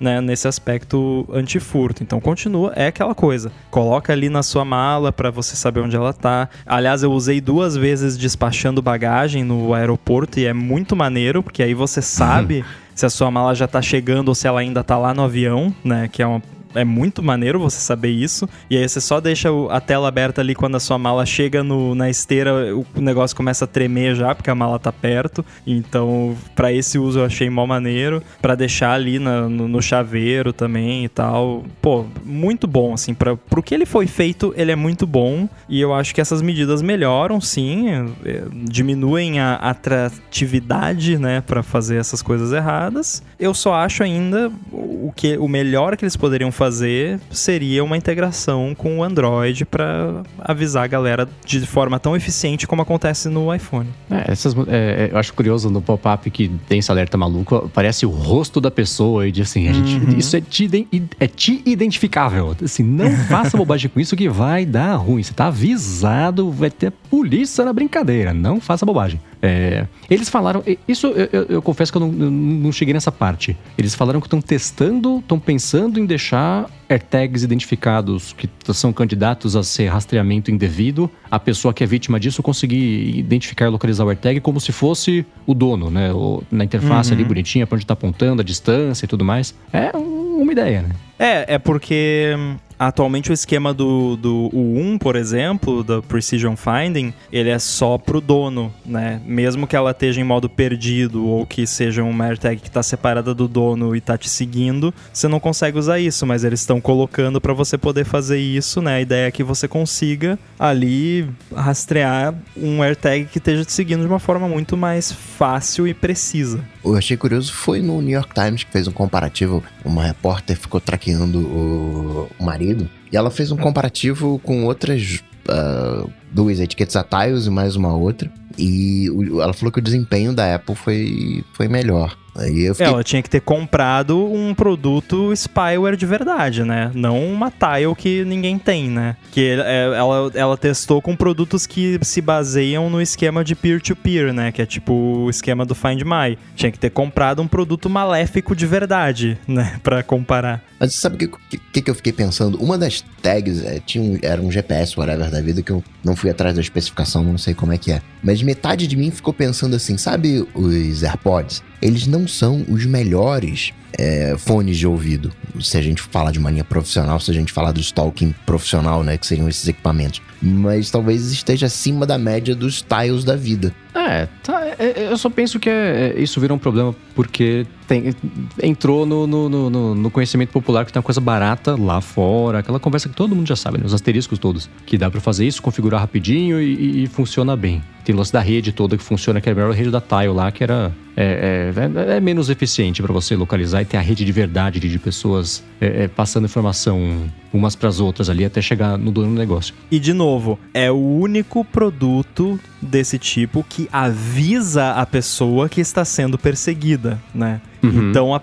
B: né, nesse aspecto antifurto. Então continua, é aquela coisa. Coloca ali na sua mala para você saber onde ela tá. Aliás, eu usei duas vezes despachando bagagem no aeroporto e é muito maneiro, porque aí você sabe se a sua mala já tá chegando ou se ela ainda tá lá no avião, né, que é uma é muito maneiro você saber isso. E aí você só deixa o- a tela aberta ali quando a sua mala chega no- na esteira, o negócio começa a tremer já, porque a mala tá perto. Então, pra esse uso eu achei mó maneiro. Pra deixar ali na- no, no chaveiro também e tal. Pô, muito bom, assim. Pra, pro que ele foi feito, ele é muito bom. E eu acho que essas medidas melhoram, sim. é, é, Diminuem a atratividade, né, pra fazer essas coisas erradas. Eu só acho ainda o, que, o melhor que eles poderiam fazer fazer seria uma integração com o Android para avisar a galera de forma tão eficiente como acontece no iPhone.
D: É, essas, é, eu acho curioso no pop-up que tem esse alerta maluco, parece o rosto da pessoa e diz assim, a gente-
B: Uhum.
D: isso é te, iden- é te identificável. Assim, (laughs) não faça bobagem com isso que vai dar ruim. Você tá avisado, vai ter polícia na brincadeira. Não faça bobagem. É, eles falaram, e- isso eu, eu- eu confesso que eu não, eu não cheguei nessa parte. Eles falaram que estão testando, estão pensando em deixar AirTags identificados que t- são candidatos a ser rastreamento indevido, a pessoa que é vítima disso conseguir identificar e localizar o AirTag como se fosse o dono, né? O- na interface ali bonitinha, pra onde tá apontando, a distância e tudo mais. É um- uma ideia, né?
B: É, é porque hum, atualmente o esquema do, do U1, por exemplo, da Precision Finding, ele é só pro dono, né? Mesmo que ela esteja em modo perdido ou que seja uma AirTag que tá separada do dono e tá te seguindo, você não consegue usar isso, mas eles estão colocando para você poder fazer isso, né? A ideia é que você consiga ali rastrear um AirTag que esteja te seguindo de uma forma muito mais fácil e precisa.
A: Eu achei curioso foi no New York Times que fez um comparativo. Uma repórter ficou traqueando o, o marido e ela fez um comparativo com outras ah, duas etiquetas Ataios e mais uma outra. E o- ela falou que o desempenho da Apple foi, foi melhor. Aí eu
B: É,
A: fiquei,
B: Ela tinha que ter comprado um produto spyware de verdade, né? Não uma tile que ninguém tem, né? Que ele- é, ela, ela testou com produtos que se baseiam no esquema de peer-to-peer, né? Que é tipo o esquema do Find My. Tinha que ter comprado um produto maléfico de verdade, (laughs) né? Pra comparar.
A: Mas você sabe o que, que, que eu fiquei pensando? Uma das tags é, tinha um- era um GPS, whatever, da vida, que eu não fui atrás da especificação, não sei como é que é. Mas metade de mim ficou pensando assim, sabe os AirPods? Eles não são os melhores é, fones de ouvido. Se a gente falar de mania profissional, se a gente falar do stalking profissional, né, que seriam esses equipamentos. Mas talvez esteja acima da média dos tiles da vida.
D: É, tá, é, é, eu só penso que é- é, isso virou um problema porque tem- entrou no, no- no- no- no conhecimento popular que tem uma coisa barata lá fora, aquela conversa que todo mundo já sabe, né? os asteriscos todos, que dá pra fazer isso, configurar rapidinho e, e- e funciona bem. Tem o lance da rede toda que funciona, que era a melhor rede da Tile lá, que era é, é- é- é menos eficiente pra você localizar e ter a rede de verdade de, de pessoas é, é, passando informação umas pras outras ali até chegar no dono do negócio.
B: E de novo, é o único produto desse tipo que avisa a pessoa que está sendo perseguida, né?
D: Uhum.
B: Então a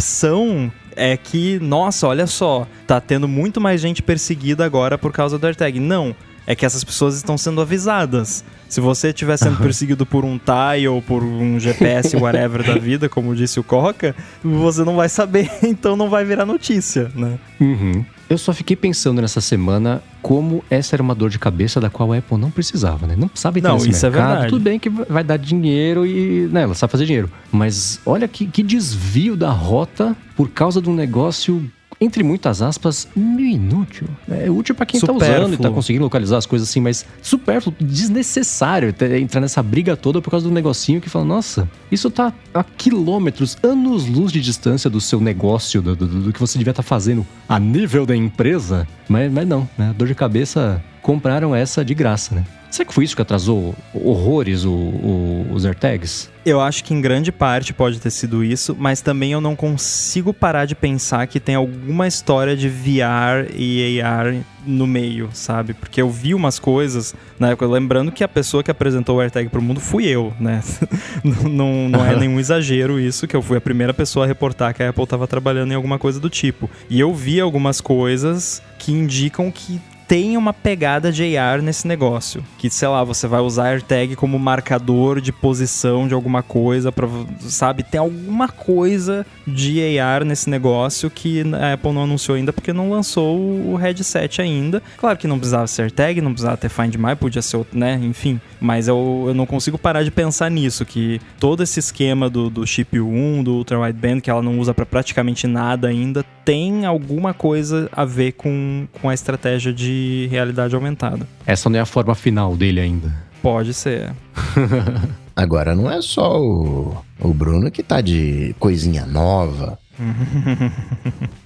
B: percepção é que, nossa, olha só, tá tendo muito mais gente perseguida agora por causa do AirTag. Não, é que essas pessoas estão sendo avisadas. Se você estiver sendo perseguido por um TIE ou por um GPS, whatever da vida, como disse o Coca, você não vai saber, (laughs) então não vai virar notícia, né?
D: Uhum. Eu só fiquei pensando nessa semana como essa era uma dor de cabeça da qual a Apple não precisava, né? Não precisava entrar
B: Não,
D: nesse
B: isso é
D: mercado.
B: verdade.
D: Tudo bem que vai vai dar dinheiro e... Né, ela sabe fazer dinheiro. Mas olha que, que desvio da rota por causa de um negócio, entre muitas aspas, meio inútil. É útil pra quem tá
B: Supérfluo.
D: usando e tá conseguindo localizar as coisas assim, mas supérfluo, desnecessário ter- entrar nessa briga toda por causa do negocinho que fala, nossa, isso tá a quilômetros, anos-luz de distância do seu negócio, do, do- do que você devia estar fazendo a nível da empresa. Mas, mas não, né? Dor de cabeça, compraram essa de graça, né? Será que foi isso que atrasou horrores o- o- os AirTags?
B: Eu acho que em grande parte pode ter sido isso, mas também eu não consigo parar de pensar que tem alguma história de VR e AR no meio, sabe? Porque eu vi umas coisas na época, lembrando que a pessoa que apresentou o AirTag pro mundo fui eu, né? (laughs) não, não, não é nenhum exagero isso, que eu fui a primeira pessoa a reportar que a Apple tava trabalhando em alguma coisa do tipo. E eu vi algumas coisas que indicam que tem uma pegada de AR nesse negócio. Que, sei lá, você vai usar AirTag como marcador de posição de alguma coisa, pra, sabe? Tem alguma coisa de AR nesse negócio que a Apple não anunciou ainda porque não lançou o headset ainda. Claro que não precisava ser AirTag, não precisava ter Find My, podia ser outro, né? Enfim. Mas eu, eu não consigo parar de pensar nisso, que todo esse esquema do, do chip 1, do Ultra Wideband, que ela não usa pra praticamente nada ainda, tem alguma coisa a ver com, com a estratégia de realidade aumentada.
D: Essa não é a forma final dele ainda.
B: Pode ser.
D: (laughs)
A: Agora, não é só o, o Bruno que tá de coisinha nova.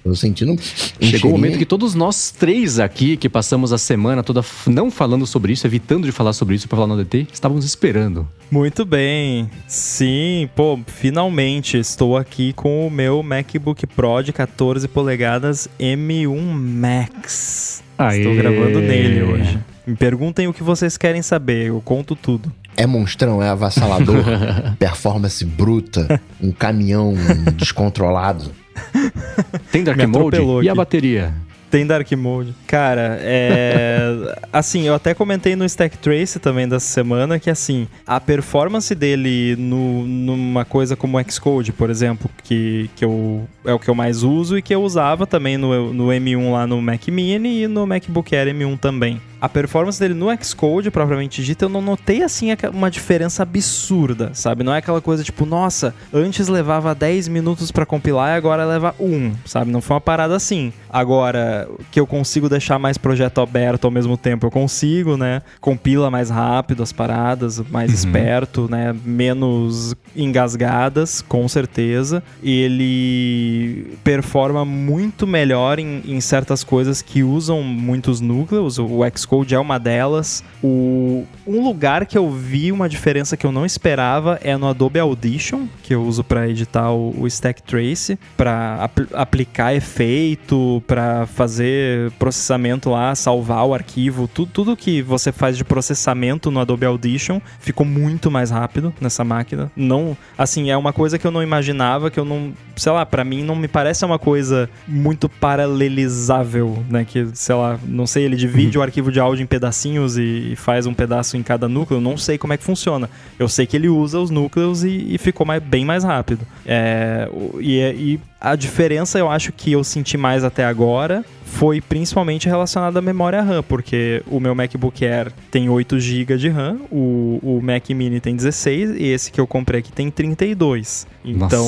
A: Tô sentindo um
D: Chegou o
A: cheirinho
D: momento
A: aí.
D: que todos nós três aqui, que passamos a semana toda f- não falando sobre isso, evitando de falar sobre isso pra falar no DT, estávamos esperando.
B: Muito bem. Sim, pô, finalmente estou aqui com o meu MacBook Pro de 14 polegadas M1 Max. Estou
D: Aê.
B: gravando nele hoje. Me perguntem o que vocês querem saber, eu conto tudo.
A: É monstrão, é avassalador,
D: (laughs)
A: performance bruta, um caminhão descontrolado.
D: Tem Dark
B: Me
D: Mode?
B: atropelou
D: E a
B: aqui.
D: bateria?
B: Tem Dark Mode. Cara, é. (laughs) assim, eu até comentei no Stack Trace também dessa semana que, assim, a performance dele no, numa coisa como Xcode, por exemplo, que, que eu, é o que eu mais uso e que eu usava também no, no M1 lá no Mac Mini e no MacBook Air M1 também. A performance dele no Xcode, propriamente dita, eu não notei, assim, aqua- uma diferença absurda, sabe? Não é aquela coisa tipo, nossa, antes levava 10 minutos pra compilar e agora leva 1, sabe? Não foi uma parada assim. Agora, que eu consigo deixar mais projeto aberto ao mesmo tempo, eu consigo, né? Compila mais rápido as paradas, mais esperto, né? Menos engasgadas, com certeza. Ele performa muito melhor em, em certas coisas que usam muitos núcleos. O Xcode é uma delas. O, um lugar que eu vi uma diferença que eu não esperava é no Adobe Audition, que eu uso para editar o, o Stack Trace, para aplicar efeito, para fazer processamento lá, salvar o arquivo, tudo, tudo que você faz de processamento no Adobe Audition ficou muito mais rápido nessa máquina. Não, assim, é uma coisa que eu não imaginava, que eu não, sei lá, pra mim não me parece uma coisa muito paralelizável, né? Que, sei lá, não sei, ele divide o arquivo de áudio em pedacinhos e, e faz um pedaço em cada núcleo, não sei como é que funciona. Eu sei que ele usa os núcleos e, e ficou mais- bem mais rápido. É, o- e, e a diferença eu acho que eu senti mais até agora foi principalmente relacionada à memória RAM, porque o meu MacBook Air tem 8 GB de RAM, o, o Mac Mini tem 16 e esse que eu comprei aqui tem 32.
D: Nossa.
B: Então,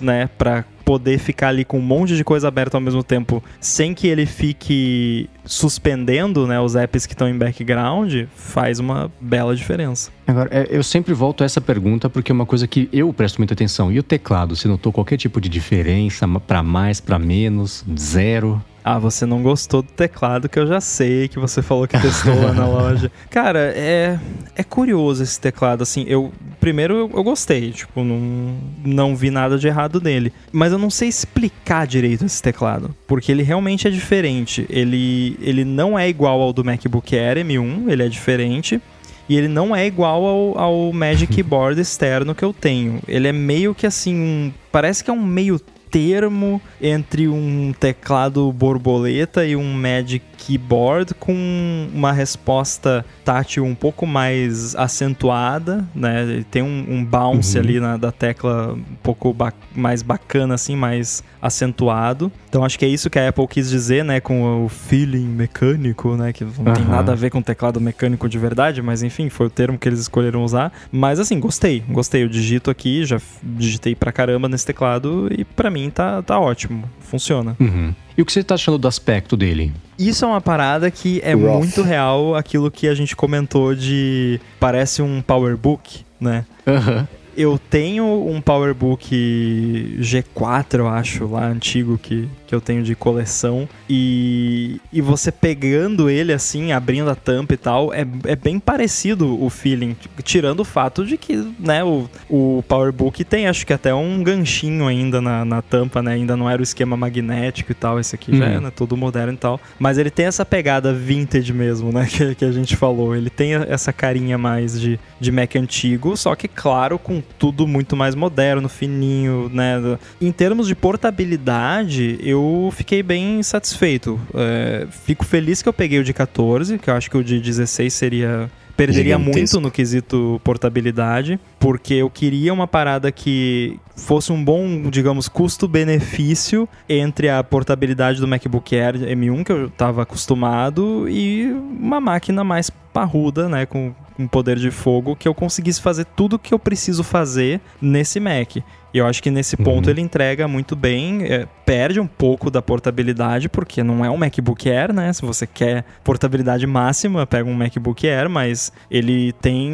B: né, pra poder ficar ali com um monte de coisa aberta ao mesmo tempo, sem que ele fique suspendendo, né, os apps que estão em background, faz uma bela diferença.
D: Agora, é, eu sempre volto a essa pergunta porque é uma coisa que eu presto muita atenção. E o teclado? Você notou qualquer tipo de diferença? ma- Pra mais, pra menos? Zero?
B: Ah, você não gostou do teclado que eu já sei que você falou que testou lá na loja. Cara, é é curioso esse teclado assim. Eu primeiro eu, eu gostei, tipo, não não vi nada de errado nele, mas eu não sei explicar direito esse teclado, porque ele realmente é diferente. Ele ele não é igual ao do MacBook Air M1, ele é diferente. E ele não é igual ao, ao Magic Keyboard externo que eu tenho. Ele é meio que assim, um, parece que é um meio termo entre um teclado borboleta e um Magic Keyboard com uma resposta tátil um pouco mais acentuada, né? Ele tem um, um bounce ali na, da tecla um pouco ba- mais bacana, assim, mais acentuado. Então acho que é isso que a Apple quis dizer, né? Com o feeling mecânico, né? Que não tem
D: Aham.
B: nada a ver com teclado mecânico de verdade, mas enfim, foi o termo que eles escolheram usar. Mas assim, gostei, gostei. Eu digito aqui, já f- digitei pra caramba nesse teclado e pra mim tá, tá ótimo, funciona.
D: Uhum. E o que você tá achando do aspecto dele?
B: Isso é uma parada que é
A: Rough.
B: muito real aquilo que a gente comentou de parece um PowerBook, né?
D: Aham.
B: Eu tenho um PowerBook G4, eu acho, lá antigo que, que eu tenho de coleção. E, e você pegando ele assim, abrindo a tampa e tal, é, é bem parecido o feeling. Tirando o fato de que, né, o, o PowerBook tem acho que até um ganchinho ainda na, na tampa, né? Ainda não era o esquema magnético e tal. Esse aqui já é
D: Uhum.
B: né, todo moderno e tal. Mas ele tem essa pegada vintage mesmo, né? (laughs) Que, que a gente falou. Ele tem essa carinha mais de, de Mac antigo, só que, claro, com tudo muito mais moderno, fininho, né? Em termos de portabilidade, eu fiquei bem satisfeito. É, fico feliz que eu peguei o de 14, que eu acho que o de 16 seria. Perderia
C: Gigantesco.
B: muito no quesito portabilidade, porque eu queria uma parada que fosse um bom, digamos, custo-benefício entre a portabilidade do MacBook Air M1 que eu estava acostumado e uma máquina mais parruda, né, com um poder de fogo que eu conseguisse fazer tudo que eu preciso fazer nesse Mac. E eu acho que nesse ponto ele entrega muito bem, é, perde um pouco da portabilidade, porque não é um MacBook Air, né? Se você quer portabilidade máxima, pega um MacBook Air, mas ele tem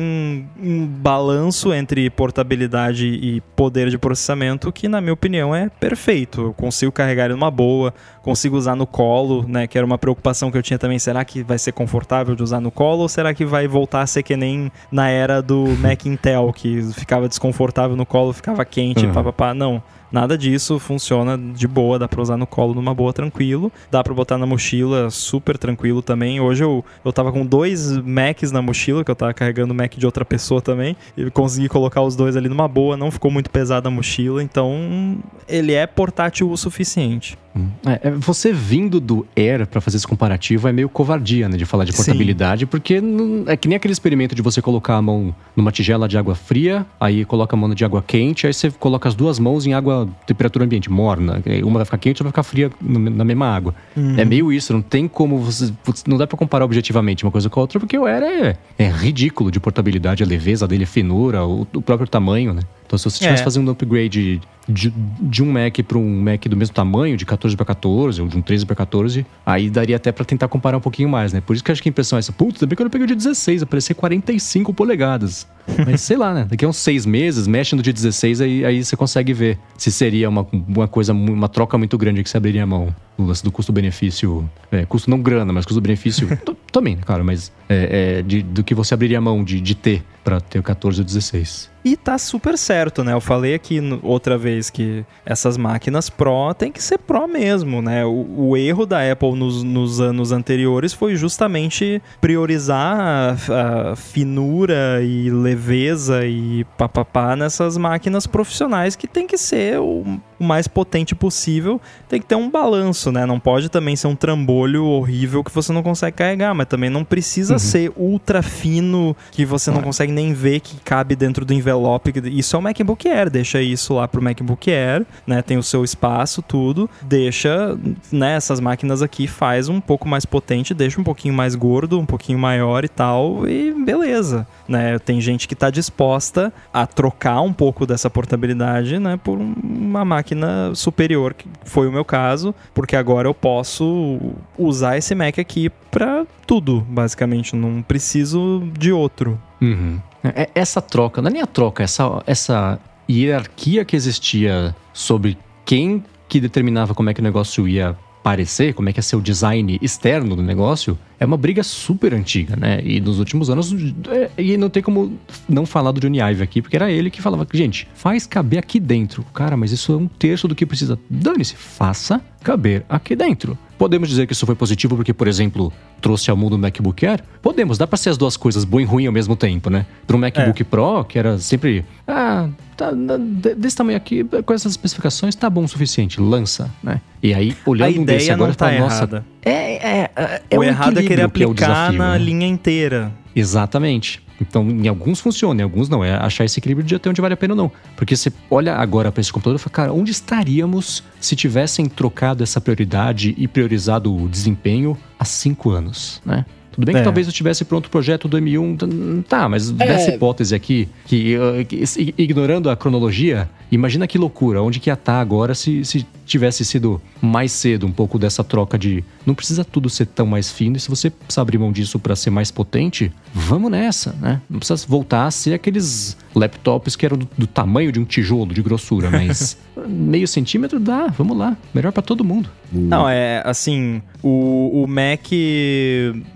B: um balanço entre portabilidade e poder de processamento que, na minha opinião, é perfeito. Eu consigo carregar ele numa boa, consigo usar no colo, né? Que era uma preocupação que eu tinha também. Será que vai ser confortável de usar no colo ou será que vai voltar a ser que nem na era do Mac Intel, que ficava desconfortável no colo, ficava quente,
D: Uhum.
B: papapá? Não. Nada disso funciona de boa, dá pra usar no colo numa boa, tranquilo. Dá pra botar na mochila, super tranquilo também. Hoje eu, eu tava com dois Macs na mochila, que eu tava carregando o Mac de outra pessoa também. E consegui colocar os dois ali numa boa, não ficou muito pesada a mochila. Então, ele é portátil o suficiente.
D: É, é, você vindo do Air pra fazer esse comparativo é meio covardia, né? De falar de
B: Sim.
D: portabilidade, porque não- é que nem aquele experimento de você colocar a mão numa tigela de água fria, aí coloca a mão de água quente, aí você coloca as duas mãos em água, temperatura ambiente, morna. que aí Uma vai ficar quente, outra vai ficar fria no- na mesma água.
B: Uhum.
D: É meio isso, não tem como você. putz, Não dá pra comparar objetivamente uma coisa com a outra, porque o Air é, é ridículo de portabilidade, a leveza dele, a finura, o, o próprio tamanho, né? Então, se você estivesse
B: É.
D: fazendo um upgrade de, de um Mac para um Mac do mesmo tamanho, de 14 para 14, ou de um 13 para 14, aí daria até para tentar comparar um pouquinho mais, né? Por isso que eu acho que a impressão é essa. Putz, também que eu não peguei o de 16, aparecer 45 polegadas. Mas sei lá, né? Daqui a uns seis meses, mexe no de 16, aí, aí você consegue ver se seria uma, uma coisa, mu- uma troca muito grande que você abriria a mão. O lance do custo-benefício. é, custo não grana, mas custo-benefício. to- também, né, cara? Mas é, é, de- do que você abriria a mão de, de ter para ter o 14 ou 16.
B: E tá super certo, né? Eu falei aqui no- outra vez que essas máquinas Pro tem que ser Pro mesmo, né? O, o erro da Apple nos, nos anos anteriores foi justamente priorizar a, a finura e leveza e papapá nessas máquinas profissionais que tem que ser o, o mais potente possível. Tem que ter um balanço, né? Não pode também ser um trambolho horrível que você não consegue carregar, mas também não precisa
D: Uhum.
B: ser ultra fino que você não consegue nem ver que cabe dentro do envelope. Isso é o MacBook Air, deixa isso lá pro MacBook Air, né? Tem o seu espaço, tudo. Deixa, né, essas máquinas aqui faz um pouco mais potente, deixa um pouquinho mais gordo, um pouquinho maior e tal, e beleza, né? Tem gente que tá disposta a trocar um pouco dessa portabilidade, né, por um- uma máquina superior, que foi o meu caso, porque agora eu posso usar esse Mac aqui pra tudo, basicamente, não preciso de outro.
D: Uhum. É- é- Essa troca, não é nem a troca, essa, essa hierarquia que existia sobre quem que determinava como é que o negócio ia parecer, como é que ia ser o design externo do negócio, é uma briga super antiga, né? E nos últimos anos, é, e não tem como não falar do Johnny Ive aqui, porque era ele que falava, gente, faz caber aqui dentro. Cara, mas isso é um terço do que precisa. Dane-se, faça caber aqui dentro. Podemos dizer que isso foi positivo porque, por exemplo, trouxe ao mundo o MacBook Air? Podemos, dá pra ser as duas coisas, boa e ruim ao mesmo tempo, né? Pra um
B: É.
D: MacBook Pro, que era sempre, ah, tá, na- de- desse tamanho aqui, com essas especificações, tá bom o suficiente, lança, né? E aí,
B: A
D: olhando um desse
B: ideia
D: agora,
B: não tá
D: fala, nossa,
B: errada.
D: é, é, é, é
B: o
D: um
B: errado é querer
D: equilíbrio que é o
B: aplicar
D: desafio,
B: na
D: né?
B: linha inteira.
D: Exatamente. Então, em alguns funciona, em alguns não. É achar esse equilíbrio de até onde vale a pena ou não. Porque você olha agora para esse computador e fala, cara, onde estaríamos se tivessem trocado essa prioridade e priorizado o desempenho há cinco anos, né? Tudo bem que
B: É.
D: talvez eu tivesse pronto o projeto do M1, t- tá, mas dessa hipótese aqui, que, uh, que se- ignorando a cronologia, imagina que loucura, onde que ia estar agora se, se tivesse sido mais cedo um pouco dessa troca de não precisa tudo ser tão mais fino, e se você precisa abrir mão disso para ser mais potente, vamos nessa, né? Não precisa voltar a ser aqueles laptops que eram do, do tamanho de um tijolo de grossura, mas meio centímetro dá, vamos lá, melhor para todo mundo.
B: Não, é assim, o, o Mac.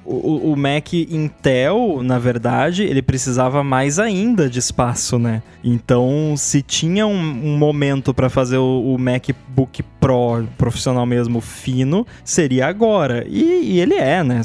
B: O, o Mac Intel, na verdade, ele precisava mais ainda de espaço, né? Então, se tinha um, um momento pra fazer o, o MacBook Pro profissional mesmo fino, seria agora. E, e ele é, né?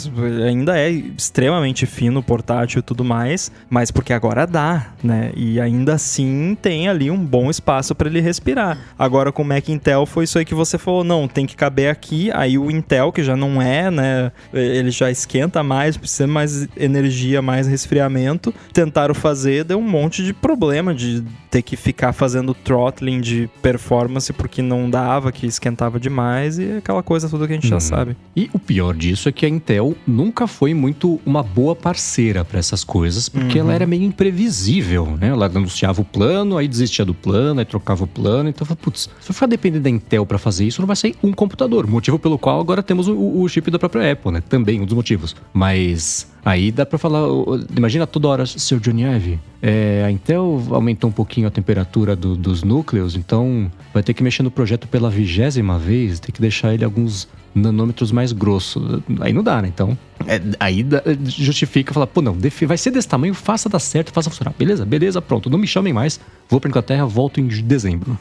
B: Ainda é extremamente fino, portátil e tudo mais, mas porque agora dá, né? E ainda assim tem ali um bom espaço pra ele respirar. Agora com o Mac Intel foi isso aí que você falou, não, tem que caber caber aqui, aí o Intel, que já não é, né? Ele já esquenta mais, precisa mais energia, mais resfriamento. Tentaram fazer, deu um monte de problema de ter que ficar fazendo throttling de performance porque não dava, que esquentava demais e aquela coisa toda que a gente já
D: Hum.
B: sabe.
D: E o pior disso é que a Intel nunca foi muito uma boa parceira para essas coisas, porque
B: Uhum.
D: ela era meio imprevisível, né? Ela anunciava o plano, aí desistia do plano, aí trocava o plano. Então, eu falei, putz, se eu ficar dependendo da Intel para fazer isso, não vai sair um computador. Motivo pelo qual agora temos o, o chip da própria Apple, né? Também um dos motivos. Mas aí dá para falar, ô, ô, imagina toda hora, seu Johnny Ive, é, a Intel aumentou um pouquinho a temperatura do- dos núcleos, então vai ter que mexer no projeto pela vigésima vez, tem que deixar ele alguns nanômetros mais grosso. Aí não dá, né? Então, é, aí dá- justifica falar, pô, não, defi- vai ser desse tamanho, faça dar certo, faça funcionar. Beleza, beleza, pronto. Não me chamem mais, vou pra Inglaterra, volto em dezembro.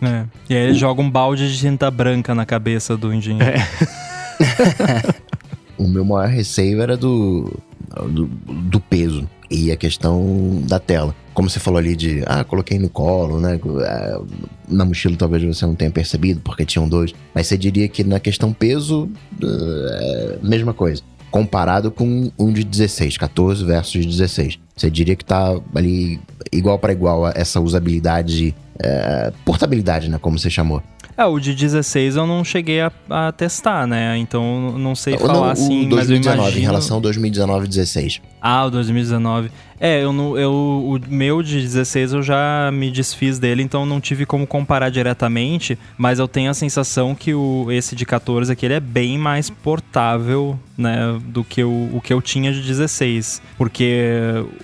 B: É. E aí ele joga um balde de tinta branca na cabeça do
A: É.
B: engenheiro.
A: O meu maior receio era do, do, do peso e a questão da tela. Como você falou ali de, ah, coloquei no colo, né? Ah, Na mochila talvez você não tenha percebido, porque tinham dois. Mas você diria que na questão peso, eh, mesma coisa. Comparado com um de 16, 14 versus 16. Você diria que tá ali igual para igual a essa usabilidade, eh, portabilidade, né? Como você chamou.
B: É, o de 16 eu não cheguei a, a testar, né? Então eu não sei
A: Ou
B: falar
A: o
B: assim, mas eu
A: 2019,
B: imagino...
A: em relação ao 2019 16.
B: Ah, o 2019. É, eu, não- eu, o meu de 16 eu já me desfiz dele, então não tive como comparar diretamente, mas eu tenho a sensação que o, esse de 14 aqui ele é bem mais portável, né, do que o, o que eu tinha de 16. Porque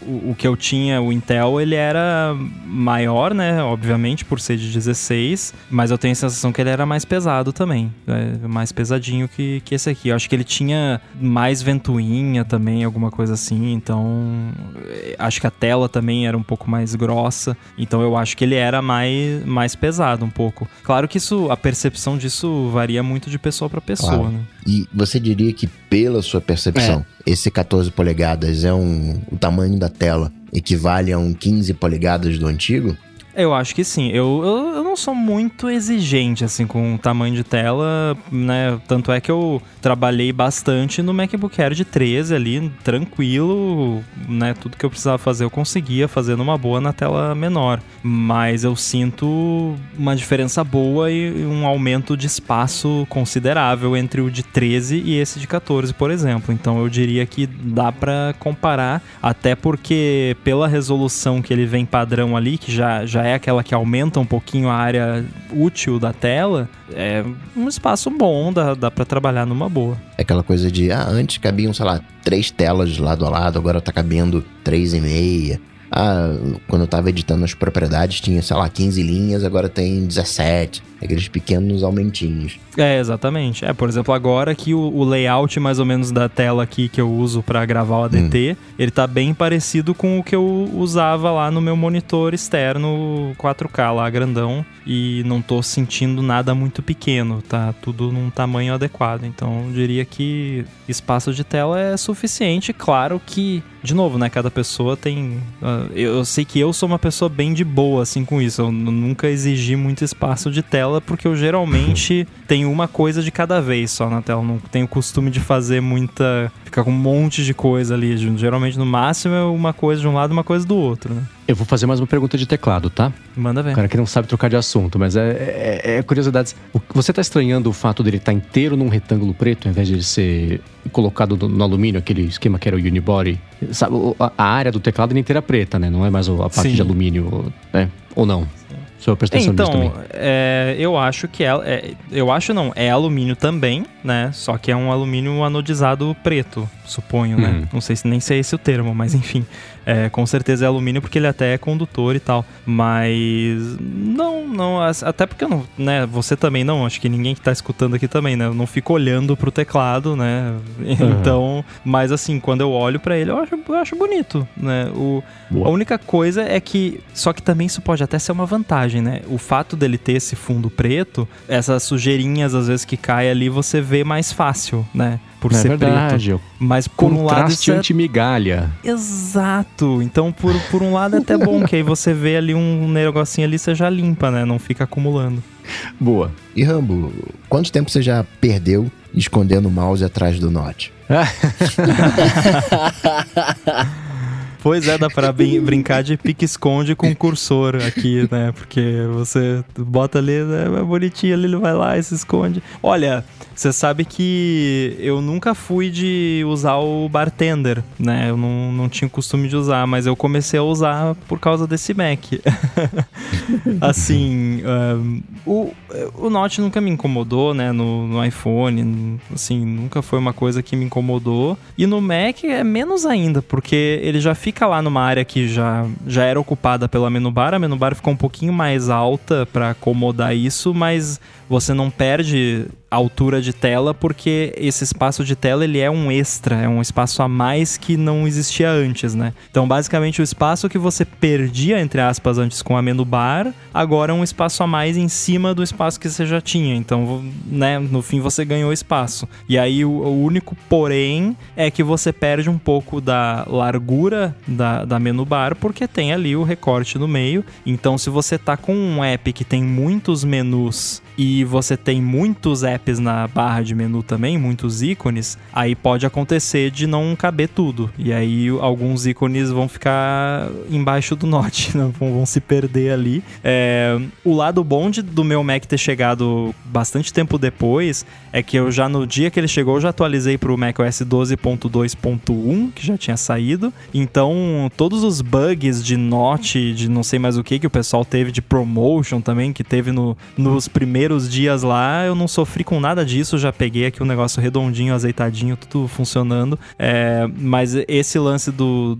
B: o, o que eu tinha, o Intel, ele era maior, né, obviamente, por ser de 16, mas eu tenho a sensação que ele era mais pesado também, né, mais pesadinho que, que esse aqui. Eu acho que ele tinha mais ventoinha também, alguma coisa assim, então eh, acho que a tela também era um pouco mais grossa, então eu acho que ele era mais, mais pesado um pouco. Claro que isso, a percepção disso varia muito de pessoa pra pessoa,
A: Claro.
B: né?
A: E você diria que, pela sua percepção, esse 14 polegadas é um. O tamanho da tela equivale a um 15 polegadas do antigo?
B: Eu acho que sim. Eu, eu, eu não sou muito exigente, assim, com o tamanho de tela, né? Tanto é que eu trabalhei bastante no MacBook Air de 13 ali, tranquilo, né? Tudo que eu precisava fazer eu conseguia fazer numa boa na tela menor. Mas eu sinto uma diferença boa e um aumento de espaço considerável entre o de 13 e esse de 14, por exemplo. Então eu diria que dá pra comparar até porque, pela resolução que ele vem padrão ali, que já, já é aquela que aumenta um pouquinho a área útil da tela, é um espaço bom, dá, dá para trabalhar numa boa.
A: É aquela coisa de, ah, antes cabiam, sei lá, três telas lado a lado, agora tá cabendo três e meia. Ah, quando eu tava editando as propriedades, tinha, sei lá, 15 linhas, agora tem 17. Aqueles pequenos aumentinhos.
B: É, exatamente. É, por exemplo, agora que o, o layout mais ou menos da tela aqui que eu uso pra gravar o ADT, ele tá bem parecido com o que eu usava lá no meu monitor externo 4K lá grandão e não tô sentindo nada muito pequeno, tá tudo num tamanho adequado. Então, eu diria que espaço de tela é suficiente, claro que de novo, né, cada pessoa tem ah, eu eu sei que eu sou uma pessoa bem de boa assim com isso. Eu n- nunca exigi muito espaço de tela porque eu geralmente tenho uma coisa de cada vez só na tela. Eu Não tenho costume de fazer muita. ficar com um monte de coisa ali. Geralmente no máximo é uma coisa de um lado uma coisa do outro, né?
D: Eu vou fazer mais uma pergunta de teclado, tá?
B: Manda ver.
D: O cara que não sabe trocar de assunto, mas é, é, é curiosidades. O- Você tá estranhando o fato dele estar inteiro num retângulo preto, ao invés de ele ser colocado no, no alumínio, aquele esquema que era o unibody? Sabe, o- a, a área do teclado é inteira preta, né? Não é mais o- a parte
B: Sim.
D: de alumínio, né? Ou não? Só eu prestei atenção nisso também.
B: Então, é, eu acho que ela- é, eu acho não, é alumínio também, né? Só que é um alumínio anodizado preto, suponho, né?
D: Hum.
B: Não sei se nem sei esse o termo, mas enfim, é, com certeza é alumínio porque ele até é condutor e tal. Mas não, não, as- até porque eu não, né? Você também não, acho que ninguém que tá escutando aqui também, né? Eu não fico olhando pro teclado, né? (laughs) Então, mas assim, quando eu olho pra ele, eu acho, eu acho bonito, né? O,
D: Boa.
B: a única coisa é que. Só que também isso pode até ser uma vantagem, né? O fato dele ter esse fundo preto, essas sujeirinhas às vezes que cai ali, você vê mais fácil, né? Por
D: é
B: ser preto.
D: verdade, eu
B: Mas por um lado.
D: Contraste
B: Isso é...
D: anti-migalha.
B: Exato! Então,
D: (laughs)
B: por, por um lado é até bom, que aí você vê ali um negocinho ali, você já limpa, né? Não fica acumulando.
D: Boa.
A: E Rambo, quanto tempo você já perdeu escondendo o mouse atrás do Note?
B: Pois é, dá pra brin- brincar de pique-esconde com cursor aqui, né? Porque você bota ali, né? é bonitinho ali, ele vai lá e se esconde. Olha, você sabe que eu nunca fui de usar o bartender, né? Eu não, não tinha o costume de usar, mas eu comecei a usar por causa desse Mac. (laughs) assim, ahn, o, o Note nunca me incomodou, né? No, no iPhone, assim, nunca foi uma coisa que me incomodou. E no Mac é menos ainda, porque ele já fica lá numa área que já, já era ocupada pela menubar. A menubar ficou um pouquinho mais alta para acomodar isso, mas você não perde a altura de tela porque esse espaço de tela ele é um extra, é um espaço a mais que não existia antes, né? Então, basicamente o espaço que você perdia entre aspas antes com a menu bar, agora é um espaço a mais em cima do espaço que você já tinha. Então, né, no fim você ganhou espaço. E aí o, o único porém é que você perde um pouco da largura da, da menu bar porque tem ali o recorte no meio. Então, se você tá com um app que tem muitos menus e você tem muitos apps na barra de menu também, muitos ícones, aí pode acontecer de não caber tudo. E aí alguns ícones vão ficar embaixo do (laughs) note, né? vão, vão se perder ali. É, o lado bom de, do meu Mac ter chegado bastante tempo depois é que eu já no dia que ele chegou eu já atualizei para o macOS 12.2.1, que já tinha saído. Então todos os bugs de note, de não sei mais o que que o pessoal teve de promotion também, que teve no, nos primeiros dias lá, eu não sofri com nada disso, já peguei aqui o um negócio redondinho, azeitadinho, tudo funcionando. É, mas esse lance do,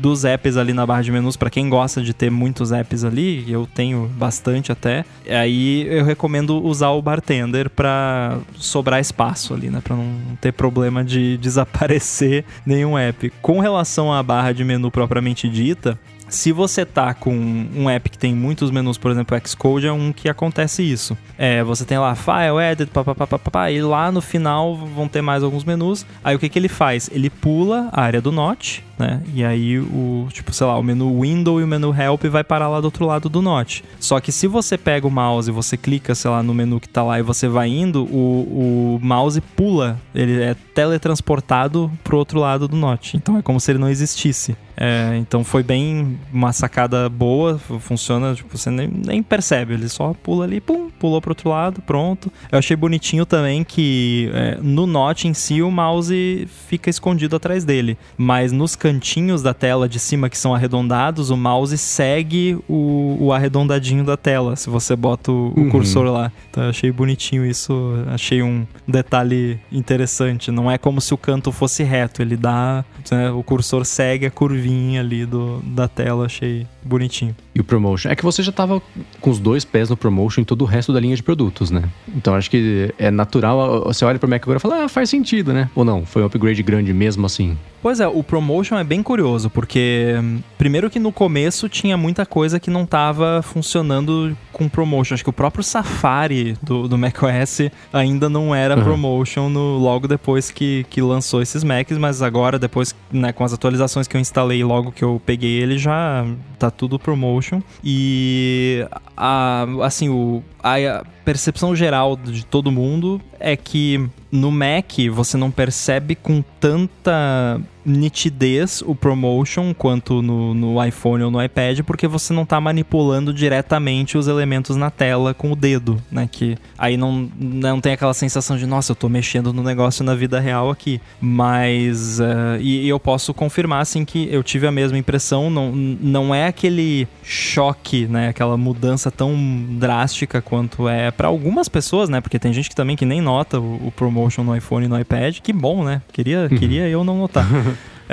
B: dos apps ali na barra de menus, para quem gosta de ter muitos apps ali, eu tenho bastante até, aí eu recomendo usar o bartender para sobrar espaço ali, né? Pra não ter problema de (laughs) desaparecer nenhum app. Com relação à barra de menu propriamente dita, se você tá com um app que tem muitos menus, por exemplo, o Xcode é um que acontece isso. É, você tem lá file, edit, papapá, e lá no final vão ter mais alguns menus. Aí o que, que ele faz? Ele pula a área do Note, né? E aí o, tipo, sei lá, o menu Window e o menu Help vai parar lá do outro lado do Note. Só que se você pega o mouse e você clica, sei lá, no menu que tá lá e você vai indo, o, o mouse pula, ele é teletransportado pro outro lado do Note. Então é como se ele não existisse. É, então foi bem uma sacada boa, fu- funciona, tipo, você nem, nem percebe, ele só pula ali, pum, pulou pro outro lado, pronto. Eu achei bonitinho também que é, no Note em si o mouse fica escondido atrás dele, mas nos cantinhos da tela de cima que são arredondados, o mouse segue o, o arredondadinho da tela, se você bota o, o
D: Uhum.
B: cursor lá. Então eu achei bonitinho isso, achei um detalhe interessante. Não é como se o canto fosse reto, ele dá né, o cursor segue a curvinha ali do, da tela, achei bonitinho.
D: E o promotion. É que você já tava com os dois pés no promotion em todo o resto da linha de produtos, né? Então acho que é natural. Você olha pro Mac agora e fala, ah, faz sentido, né? Ou não, foi um upgrade grande mesmo assim.
B: Pois é, o promotion é bem curioso, porque hum, primeiro que no começo tinha muita coisa que não tava funcionando com promotion. Acho que o próprio Safari do, do macOS ainda não era
D: Uhum.
B: promotion no, logo depois que, que lançou esses Macs, mas agora, depois, né, com as atualizações que eu instalei logo que eu peguei ele, já tá tudo promotion. E a, assim, o, a percepção geral de todo mundo é que no Mac você não percebe com tanta nitidez o promotion quanto no, no iPhone ou no iPad, porque você não tá manipulando diretamente os elementos na tela com o dedo, né? Que aí não, não tem aquela sensação de, nossa, eu tô mexendo no negócio na vida real aqui. Mas. eh, e, e eu posso confirmar, assim, que eu tive a mesma impressão. Não, não é aquele choque, né? Aquela mudança tão drástica quanto é pra algumas pessoas, né? Porque tem gente que também que nem nota o, o promotion no iPhone e no iPad. Que bom, né? Queria, queria eu não notar.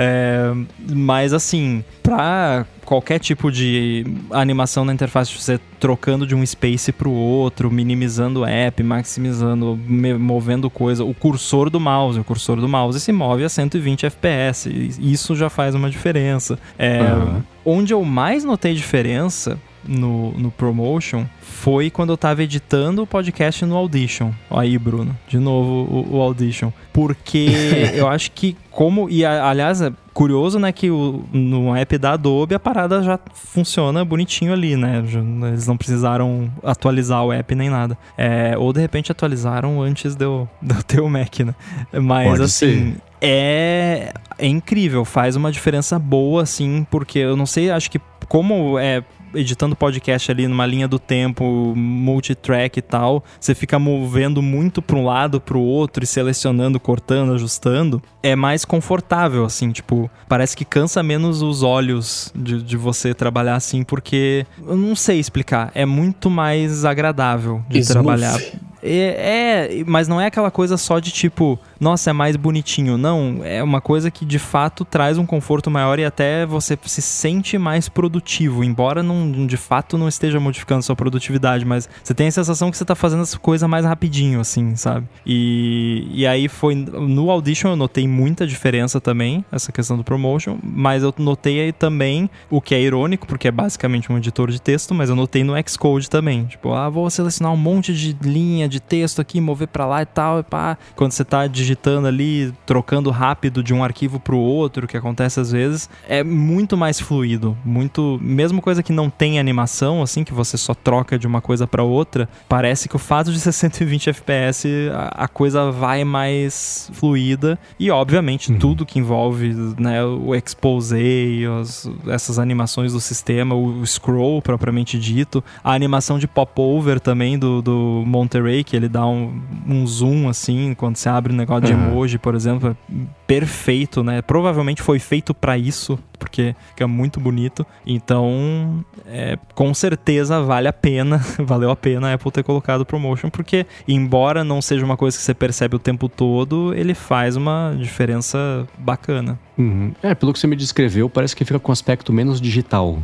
B: É, mas assim, pra qualquer tipo de animação na interface, você trocando de um space pro outro, minimizando o app, maximizando, me- movendo coisa, o cursor do mouse, o cursor do mouse se move a 120 fps, e isso já faz uma diferença. É,
D: Aham.
B: Onde eu mais notei diferença no, no Promotion foi quando eu tava editando o podcast no Audition. Aí, Bruno, de novo o, o Audition. Porque eu acho que como... E, a- aliás, é curioso, né, que o, no app da Adobe a parada já funciona bonitinho ali, né? Já- Eles não precisaram atualizar o app nem nada. É, ou, de repente, atualizaram antes de eu, (laughs) de eu ter o Mac, né? Mas,
D: Pode
B: assim... É, é incrível, faz uma diferença boa, assim, porque eu não sei, acho que como é editando podcast ali numa linha do tempo, multitrack e tal, você fica movendo muito para um lado, para o outro e selecionando, cortando, ajustando, é mais confortável, assim, tipo, parece que cansa menos os olhos de, de você trabalhar assim, porque eu não sei explicar, é muito mais agradável de
C: Smooth.
B: trabalhar. É, é, mas não é aquela coisa só de tipo, nossa, é mais bonitinho. Não, é uma coisa que de fato traz um conforto maior e até você se sente mais produtivo, embora não, de fato não esteja modificando sua produtividade, mas você tem a sensação que você tá fazendo as coisas mais rapidinho, assim, sabe? E, e aí foi. No Audition eu notei muita diferença também, essa questão do promotion, mas eu notei aí também o que é irônico, porque é basicamente um editor de texto, mas eu notei no Xcode também. Tipo, ah, vou selecionar um monte de linha de texto aqui, mover pra lá e tal, e pá. Quando você tá digitando ali, trocando rápido de um arquivo pro outro, que acontece às vezes, é muito mais fluido, muito, mesmo coisa que não tem animação, assim, que você só troca de uma coisa pra outra, parece que o fato de ser (laughs) 120 FPS, a, a coisa vai mais fluida e obviamente
D: Uhum.
B: tudo que envolve, né, o expose, as- essas animações do sistema, o scroll propriamente dito, a animação de popover também do, do Monterey, que ele dá um, um zoom assim, quando você abre um negócio de
D: Uhum.
B: emoji, por exemplo, é perfeito, né? Provavelmente foi feito pra isso, porque fica muito bonito. Então, é, com certeza vale a pena, (laughs) valeu a pena a Apple ter colocado o promotion, porque embora não seja uma coisa que você percebe o tempo todo, ele faz uma diferença bacana.
D: Uhum. É, pelo que você me descreveu, parece que fica com um aspecto menos digital.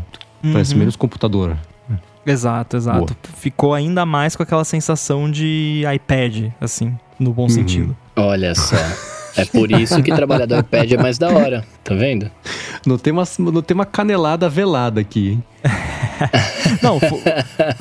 D: Parece
B: Uhum.
D: menos computador.
B: Exato, exato.
D: Boa.
B: Ficou ainda mais com aquela sensação de iPad, assim, no bom sentido. (laughs)
C: Olha só. É por isso que trabalhar do iPad é mais da hora, tá vendo?
D: Notei uma, notei uma canelada velada aqui, hein?
B: Não, fo-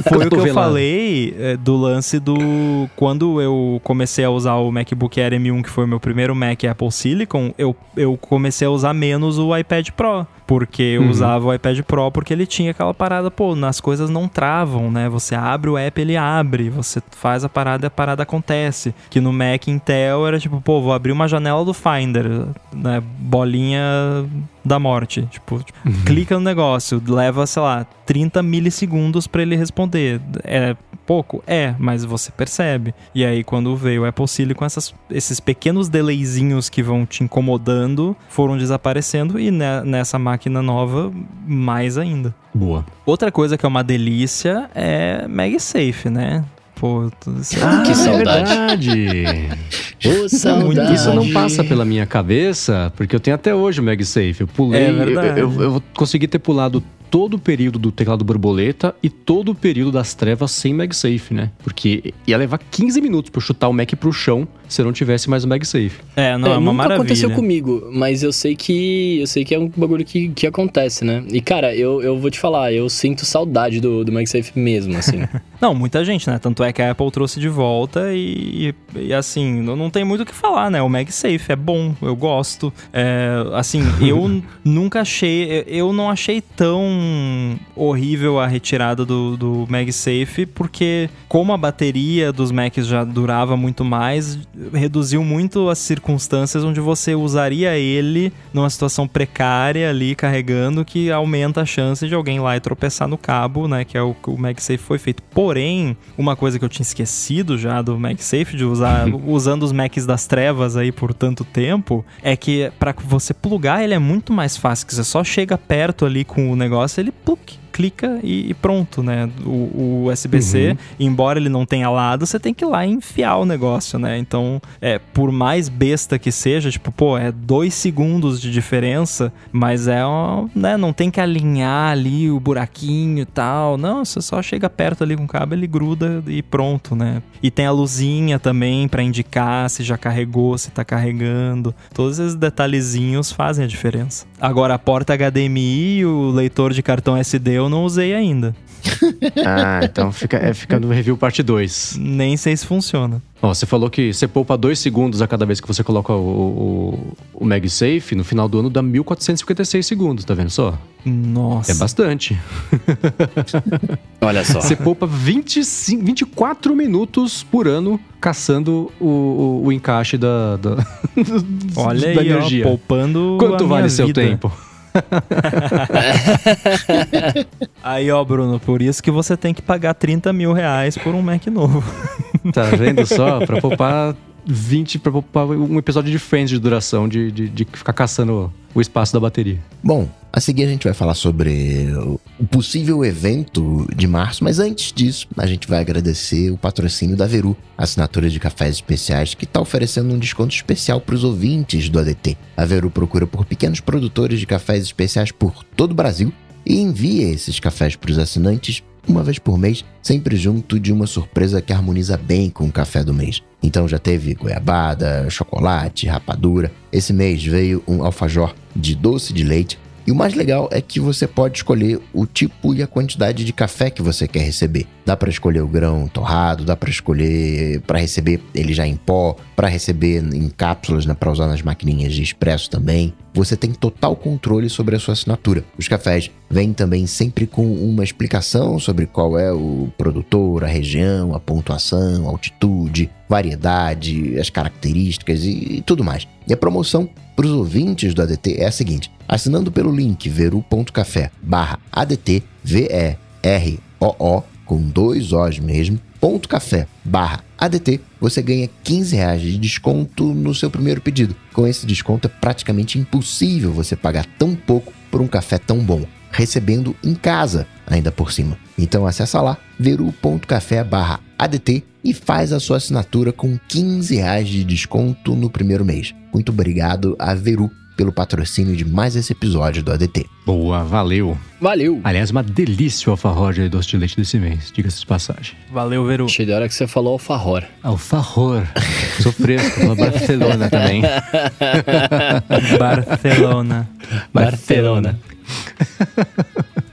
B: foi o que eu
D: Cotovelada.
B: falei é, do lance do. Quando eu comecei a usar o MacBook Air M1, que foi o meu primeiro Mac Apple Silicon, eu, eu comecei a usar menos o iPad Pro. Porque eu
D: Uhum.
B: usava o iPad Pro porque ele tinha aquela parada, pô, nas coisas não travam, né? Você abre o app, ele abre. Você faz a parada, a parada acontece. Que no Mac Intel era tipo, pô, vou abrir uma janela do Finder, né? Bolinha da morte. Tipo, clica no negócio, leva, sei lá, 30 milissegundos pra ele responder. É pouco? É, mas você percebe. E aí, quando veio o Apple Silicon, essas, esses pequenos delayzinhos que vão te incomodando foram desaparecendo e ne- nessa máquina nova, mais ainda.
D: Boa.
B: Outra coisa que é uma delícia é MagSafe, né? Pô, tudo isso é-
C: Que saudade.
D: É Ah,
B: (laughs)
D: verdade.
C: Ô, saudade.
D: Isso não passa pela minha cabeça, porque eu tenho até hoje o MagSafe. Eu pulei,
B: É
D: eu,
B: verdade.
D: eu, eu consegui ter pulado todo o período do teclado borboleta e todo o período das trevas sem MagSafe, né? Porque ia levar 15 minutos pra eu chutar o Mac pro chão se eu não tivesse mais o MagSafe.
B: É, não, é,
C: É,
B: uma
C: nunca
B: maravilha.
C: aconteceu comigo, mas eu sei que eu sei que é um bagulho que, que acontece, né? E cara, eu, eu vou te falar, eu sinto saudade do, do MagSafe mesmo, assim.
B: Não, muita gente, né? Tanto é que a Apple trouxe de volta e, e, e, assim, não, não tem muito o que falar, né? O MagSafe é bom, eu gosto. É, assim, eu n- nunca achei, eu não achei tão horrível a retirada do, do MagSafe, porque como a bateria dos Macs já durava muito mais, reduziu muito as circunstâncias onde você usaria ele numa situação precária ali carregando, que aumenta a chance de alguém lá e tropeçar no cabo, né? Que é o que o MagSafe foi feito. Porém, uma coisa que eu tinha esquecido já do MagSafe, de usar usando os Macs das trevas aí por tanto tempo, é que pra você plugar ele é muito mais fácil, que você só chega perto ali com o negócio, ele pluc, clica e, e pronto, né? O, o USB-C, embora ele não tenha lado, você tem que ir lá e enfiar o negócio, né? Então, é, por mais besta que seja, tipo, pô, é dois segundos de diferença, mas é, um, né, não tem que alinhar ali o buraquinho e tal, não, você só chega perto ali com o cabo, ele gruda e pronto, né? E tem a luzinha também pra indicar se já carregou, se tá carregando, todos esses detalhezinhos fazem a diferença. Agora, a porta HDMI e o leitor de cartão SD eu eu não usei ainda.
D: Ah, então fica, é, fica no review parte 2.
B: Nem sei se funciona.
D: Ó, você falou que você poupa 2 segundos a cada vez que você coloca o, o, o MagSafe. No final do ano dá 1456 segundos, tá vendo só?
B: Nossa.
D: É bastante.
C: Olha só.
D: Você poupa 25, 24 minutos por ano caçando o, o, o encaixe da, (laughs) da,
B: Olha
D: da
B: aí,
D: energia.
B: ó, poupando. a
D: Quanto
B: minha
D: vale seu
B: vida.
D: tempo?
B: Aí, ó, Bruno, por isso que você tem que pagar 30 mil reais por um Mac novo.
D: Tá vendo só? (laughs) Pra poupar 20, pra poupar um episódio de Friends de duração, de, de, de ficar caçando o espaço da bateria.
A: Bom, a seguir a gente vai falar sobre o possível evento de março, mas antes disso, a gente vai agradecer o patrocínio da Veru, assinatura de cafés especiais que está oferecendo um desconto especial para os ouvintes do ADT. A Veru procura por pequenos produtores de cafés especiais por todo o Brasil e envia esses cafés para os assinantes uma vez por mês, sempre junto de uma surpresa que harmoniza bem com o café do mês. Então já teve goiabada, chocolate, rapadura. Esse mês veio um alfajor de doce de leite. E o mais legal é que você pode escolher o tipo e a quantidade de café que você quer receber. Dá para escolher o grão torrado, dá para escolher para receber ele já em pó, para receber em cápsulas, né, para usar nas maquininhas de expresso também. Você tem total controle sobre a sua assinatura. Os cafés vêm também sempre com uma explicação sobre qual é o produtor, a região, a pontuação, a altitude, variedade, as características e, e tudo mais. E a promoção para os ouvintes do ADT é a seguinte: assinando pelo link veru.café barra ADT, V-E-R-O-O, com dois O's mesmo, ponto café barra ADT, você ganha 15 reais de desconto no seu primeiro pedido. Com esse desconto é praticamente impossível você pagar tão pouco por um café tão bom, recebendo em casa ainda por cima. Então acessa lá veru.café barra ADT e faz a sua assinatura com 15 reais de desconto no primeiro mês. Muito obrigado a Veru pelo patrocínio de mais esse episódio do ADT.
D: Boa, valeu.
C: Valeu.
D: Aliás, uma delícia o alfarroja e doce de leite desse mês, diga-se de passagem.
B: Valeu, Veru.
C: Achei da hora que você falou alfajor.
D: Alfarror. Sou fresco, pela Barcelona também.
B: (laughs) Barcelona.
C: Barcelona.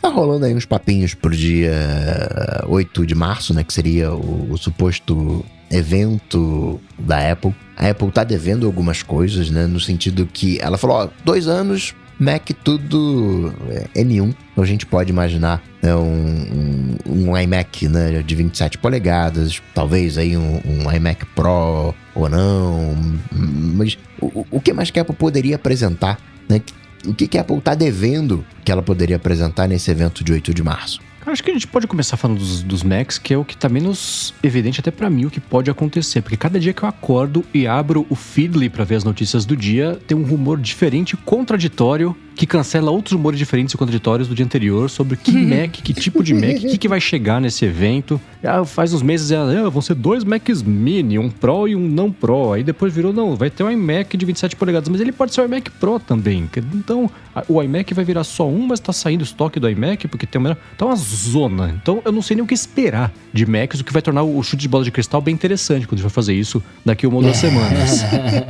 A: Tá rolando aí uns papinhos pro dia 8 de março, né? Que seria o, o suposto evento da Apple. A Apple tá devendo algumas coisas, né? No sentido que ela falou, ó, dois anos, Mac tudo é, M1. Então a gente pode imaginar né, um, um, um iMac né, de 27 polegadas, talvez aí um, um iMac Pro ou não. Mas o- o, o que mais que a Apple poderia apresentar, né? o que, que a Apple está devendo que ela poderia apresentar nesse evento de 8 de março.
D: Cara, acho que a gente pode começar falando dos, dos Macs, que é o que tá menos evidente até pra mim o que pode acontecer. Porque cada dia que eu acordo e abro o Feedly pra ver as notícias do dia, tem um rumor diferente, contraditório, que cancela outros rumores diferentes e contraditórios do dia anterior sobre que Mac, que tipo de Mac, o que, que vai chegar nesse evento. Ah, faz uns meses ela, ah, vão ser dois Macs mini, um Pro e um não Pro. Aí depois virou, não, vai ter um iMac de 27 polegadas, mas ele pode ser um iMac Pro também. Então, a- o iMac vai virar só um, mas tá saindo estoque do iMac, porque tem uma... Tá uma zona. Então, eu não sei nem o que esperar de Macs, o que vai tornar o chute de bola de cristal bem interessante quando a gente vai fazer isso daqui uma ou duas semanas.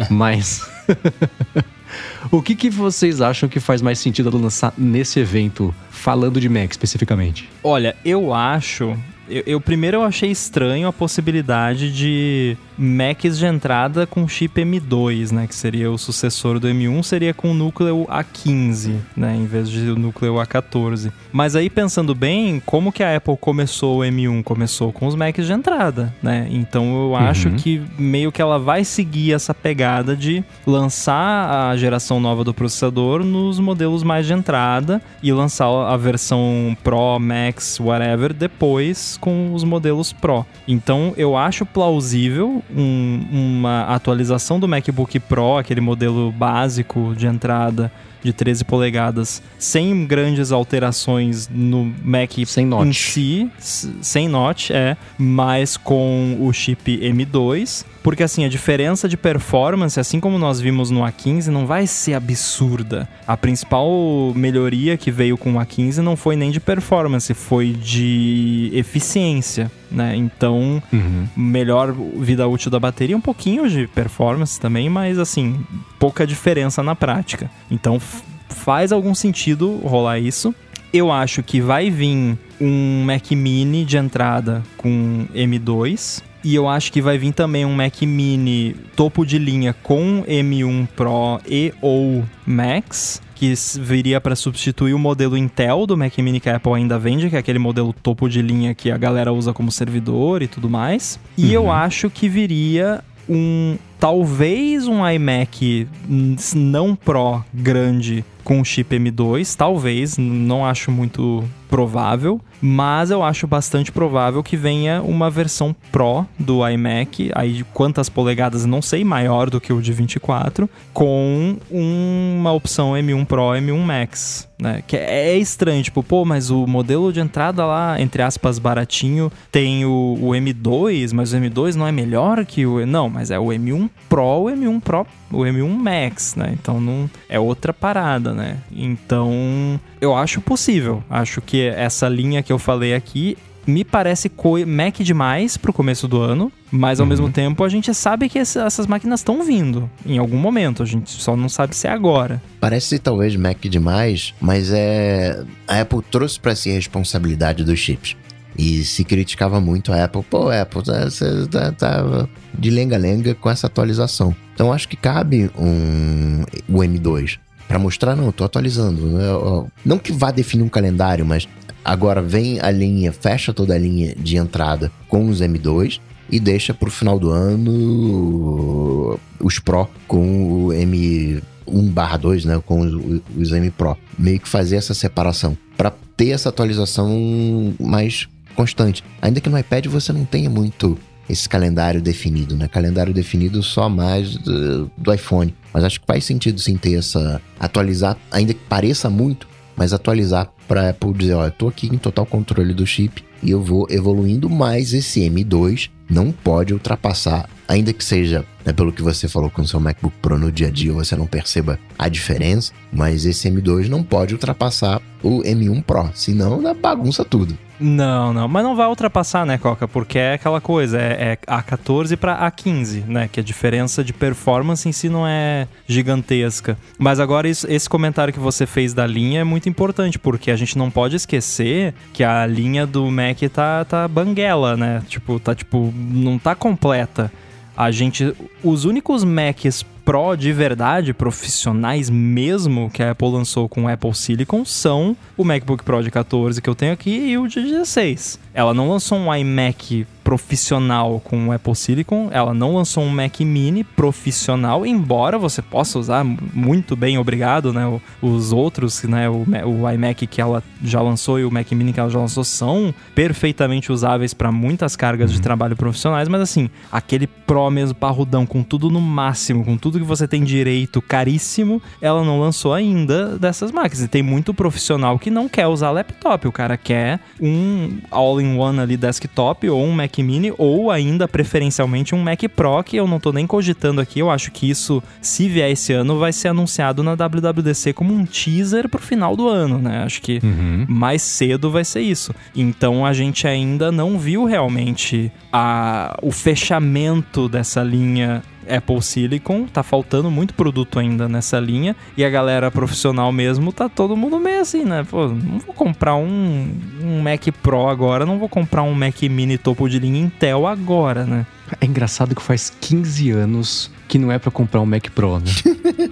D: Mas... (laughs) O que, que vocês acham que faz mais sentido ela lançar nesse evento, falando de Mac especificamente?
B: Olha, eu acho. Eu, eu- primeiro eu achei estranho a possibilidade de Macs de entrada com chip M2, né? Que seria o sucessor do M1, seria com núcleo A15, né? Em vez de o núcleo A14. Mas aí pensando bem, como que a Apple começou o M1? Começou com os Macs de entrada, né? Então eu acho
D: Uhum.
B: que meio que ela vai seguir essa pegada de lançar a geração nova do processador nos modelos mais de entrada e lançar a versão Pro, Max, whatever, depois com os modelos Pro. Então eu acho plausível um- uma atualização do MacBook Pro, aquele modelo básico de entrada de 13 polegadas, sem grandes alterações no Mac
D: Sem
B: em
D: note.
B: si, s- sem notch, é, mas com o chip M2, porque assim, a diferença de performance, assim como nós vimos no A15, não vai ser absurda. A principal melhoria que veio com o A15 não foi nem de performance, foi de eficiência, né? Então,
D: Uhum.
B: melhor vida útil da bateria, um pouquinho de performance também, mas assim, pouca diferença na prática. Então f- faz algum sentido rolar isso. Eu acho que vai vir um Mac Mini de entrada com M2. E eu acho que vai vir também um Mac Mini topo de linha com M1 Pro e ou Max que viria para substituir o modelo Intel do Mac Mini que a Apple ainda vende, que é aquele modelo topo de linha que a galera usa como servidor e tudo mais. E uhum. eu acho que viria um talvez um iMac não Pro grande com chip M2, talvez, não acho muito provável, mas eu acho bastante provável que venha uma versão Pro do iMac, aí de quantas polegadas, não sei, maior do que o de 24, com uma opção M1 Pro, M1 Max, né? Que é estranho, tipo, pô, mas o modelo de entrada lá, entre aspas, baratinho, tem o, o M2, mas o M2 não é melhor que o... Não, mas é o M1 Pro, o M1 Pro, o M1 Max, né? Então não é outra parada, né? Então, eu acho possível. Acho que essa linha que eu falei aqui me parece Mac demais pro começo do ano, mas ao uhum. mesmo tempo a gente sabe que esse, essas máquinas estão vindo em algum momento, a gente só não sabe se é agora.
A: Parece talvez Mac demais, mas é a Apple trouxe para si a responsabilidade dos chips. E se criticava muito a Apple. Pô, Apple, você tá, tá de lenga-lenga com essa atualização. Então acho que cabe um, o M2 para mostrar, não, tô atualizando. né, Não que vá definir um calendário, mas agora vem a linha, fecha toda a linha de entrada com os M2 e deixa pro final do ano os Pro com o M1 2, né, com os, os M Pro. Meio que fazer essa separação para ter essa atualização mais constante. Ainda que no iPad você não tenha muito esse calendário definido, né? Calendário definido só mais do, do, iPhone. Mas acho que faz sentido sim ter essa. atualizar, ainda que pareça muito, mas atualizar para Apple dizer: ó, eu tô aqui em total controle do chip e eu vou evoluindo mais esse M2. Não pode ultrapassar, ainda que seja, né, pelo que você falou com o seu MacBook Pro no dia a dia, você não perceba a diferença, mas esse M2 não pode ultrapassar o M1 Pro, senão dá bagunça tudo.
B: Não, não, mas não vai ultrapassar, né, Coca? Porque é aquela coisa, é, é A14 para A15, né? Que a diferença de performance em si não é gigantesca. Mas agora, isso, esse comentário que você fez da linha é muito importante, porque a gente não pode esquecer que a linha do Mac tá, tá banguela, né? Tipo, tá tipo, não tá completa. A gente. Os únicos Macs Pro de verdade, profissionais mesmo, que a Apple lançou com o Apple Silicon são o MacBook Pro de 14 que eu tenho aqui e o de 16. Ela não lançou um iMac profissional com o Apple Silicon, ela não lançou um Mac Mini profissional, embora você possa usar muito bem, obrigado, né? Os outros, né? O, o iMac que ela já lançou e o Mac Mini que ela já lançou são perfeitamente usáveis para muitas cargas de trabalho profissionais, mas assim, aquele Pro mesmo parrudão, com tudo no máximo, com tudo tudo que você tem direito caríssimo, ela não lançou ainda dessas máquinas. E tem muito profissional que não quer usar laptop, o cara quer um all-in-one ali desktop ou um Mac Mini ou ainda preferencialmente um Mac Pro, que eu não tô nem cogitando aqui, eu acho que isso se vier esse ano vai ser anunciado na WWDC como um teaser pro final do ano, né? Acho que uhum. mais cedo vai ser isso. Então a gente ainda não viu realmente a, o fechamento dessa linha Apple Silicon, tá faltando muito produto ainda nessa linha, e a galera profissional mesmo tá todo mundo meio assim, né? Pô, não vou comprar um, um Mac Pro agora, não vou comprar um Mac Mini topo de linha Intel agora, né?
D: É engraçado que faz 15 anos que não é para comprar um Mac Pro, né?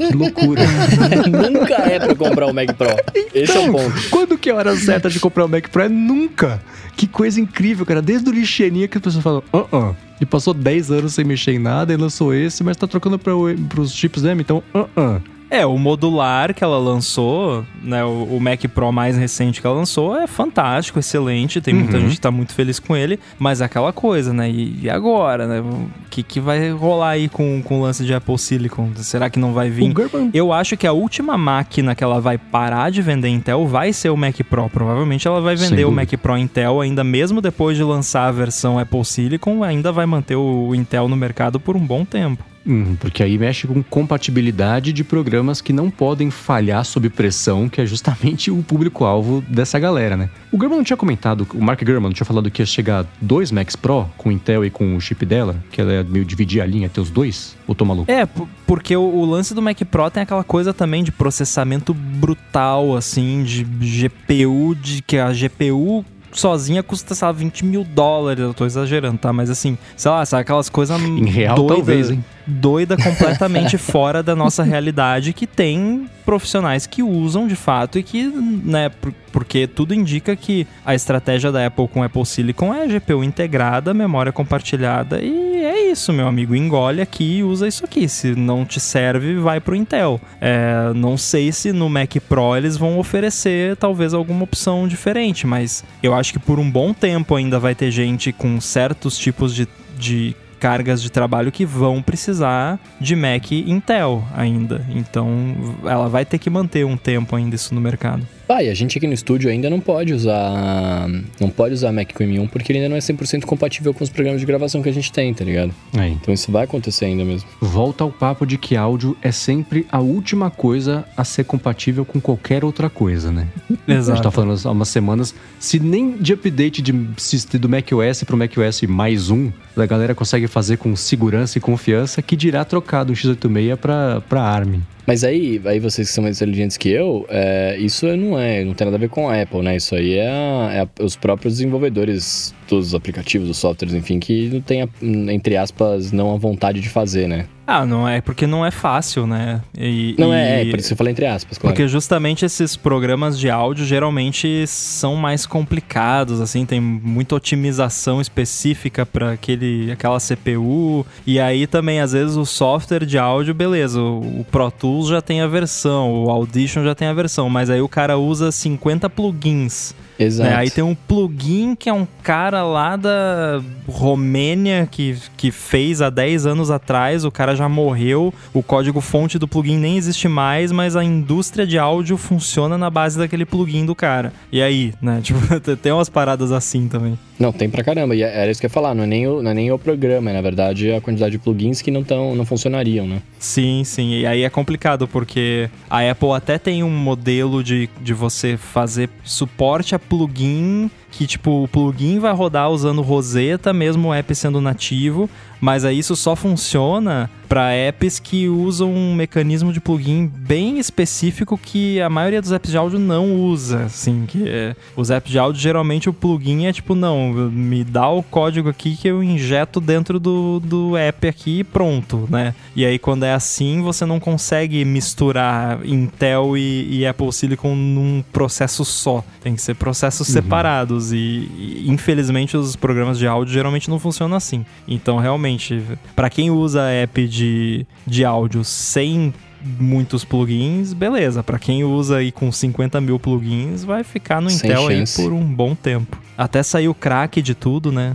D: que loucura.
C: (laughs) nunca é para comprar um Mac Pro. (laughs) Então, Esse é o ponto.
D: Quando que é a hora certa de comprar um Mac Pro? É nunca. Que coisa incrível, cara. Desde o lixeirinha que as pessoas falam, ah, uh -uh. E passou 10 anos sem mexer em nada e lançou esse, mas tá trocando para os chips M, então, ah, uh ah.
B: É, o modular que ela lançou, né, o, Mac Pro mais recente que ela lançou, é fantástico, excelente, tem muita uhum. gente que tá muito feliz com ele, mas é aquela coisa, né, e, agora, né, o que, que vai rolar aí com, com o lance de Apple Silicon? Será que não vai vir? Eu acho que a última máquina que ela vai parar de vender Intel vai ser o Mac Pro, provavelmente ela vai vender o Mac Pro Intel ainda mesmo depois de lançar a versão Apple Silicon, ainda vai manter o Intel no mercado por um bom tempo.
D: Hum, porque aí mexe com compatibilidade de programas que não podem falhar sob pressão, que é justamente o público-alvo dessa galera, né? O German não tinha comentado, o Mark German não tinha falado que ia chegar dois Max Pro com Intel e com o chip dela, que ela ia meio dividir a linha até os dois? Ou tô maluco?
B: É, p- porque o, o lance do Mac Pro tem aquela coisa também de processamento brutal, assim, de GPU, de que a GPU sozinha custa, sei lá, 20 mil dólares. Eu tô exagerando, tá? Mas assim, sei lá, sabe aquelas coisas
D: Em real,
B: doida,
D: talvez, hein?
B: doida completamente (laughs) fora da nossa realidade que tem profissionais que usam de fato e que, né, por- porque tudo indica que a estratégia da Apple com o Apple Silicon é GPU integrada, memória compartilhada e é isso, meu amigo, engole aqui e usa isso aqui, se não te serve, vai pro Intel. É, não sei se no Mac Pro eles vão oferecer talvez alguma opção diferente, mas eu acho que por um bom tempo ainda vai ter gente com certos tipos de- de cargas de trabalho que vão precisar de Mac Intel ainda. Então, ela vai ter que manter um tempo ainda isso no mercado.
C: Ah, e a gente aqui no estúdio ainda não pode usar. Não pode usar Mac com M1 porque ele ainda não é 100% compatível com os programas de gravação que a gente tem, tá ligado?
D: Aí.
C: Então isso vai acontecer ainda mesmo.
D: Volta ao papo de que áudio é sempre a última coisa a ser compatível com qualquer outra coisa, né? A gente tá falando há umas semanas. Se nem de update de, sist- do macOS pro macOS mais um, a galera consegue fazer com segurança e confiança, que dirá trocar do x86 pra, pra ARM.
C: Mas aí, aí vocês que são mais inteligentes que eu, é, isso não é, não tem nada a ver com a Apple, né? Isso aí é, a- é a- os próprios desenvolvedores dos aplicativos, dos softwares, enfim, que não tem, a- entre aspas, não a vontade de fazer, né?
B: Ah, não é porque não é fácil, né? E-
C: Não
B: e-
C: é, é, por isso que eu falei entre aspas, claro.
B: Porque justamente esses programas de áudio geralmente são mais complicados, assim, tem muita otimização específica para aquele aquela CPU. E aí também às vezes o software de áudio, beleza, o, o Pro Tools já tem a versão, o Audition já tem a versão, mas aí o cara usa 50 plugins. né?
C: Exato.
B: Aí tem um plugin que é um cara lá da Romênia que, que fez há 10 anos atrás, o cara já morreu, o código fonte do plugin nem existe mais, mas a indústria de áudio funciona na base daquele plugin do cara. E aí, né? (laughs) Tipo, tem umas paradas assim também.
C: Não, tem pra caramba. E era isso que eu ia falar, não é nem o, não é nem o programa, é na verdade a quantidade de plugins que não, tão, não funcionariam, né?
B: Sim, sim. E aí é complicado, porque a Apple até tem um modelo de, de você fazer suporte a plugin, que tipo, o plugin vai rodar usando Rosetta, mesmo o app sendo nativo, mas aí isso só funciona para apps que usam um mecanismo de plugin bem específico que a maioria dos apps de áudio não usa, assim, que é- os apps de áudio geralmente o plugin é tipo, não, me dá o código aqui que eu injeto dentro do, do app aqui e pronto, né? E aí quando é assim, você não consegue misturar Intel e, e Apple Silicon num processo só. Tem que ser processos separados e, e, infelizmente os programas de áudio geralmente não funcionam assim. Então realmente, para quem usa app de, de áudio sem muitos plugins, beleza. Para quem usa aí com 50 mil plugins, vai ficar no
C: Sem
B: Intel aí
C: chance.
B: por um bom tempo. Até sair o crack de tudo, né?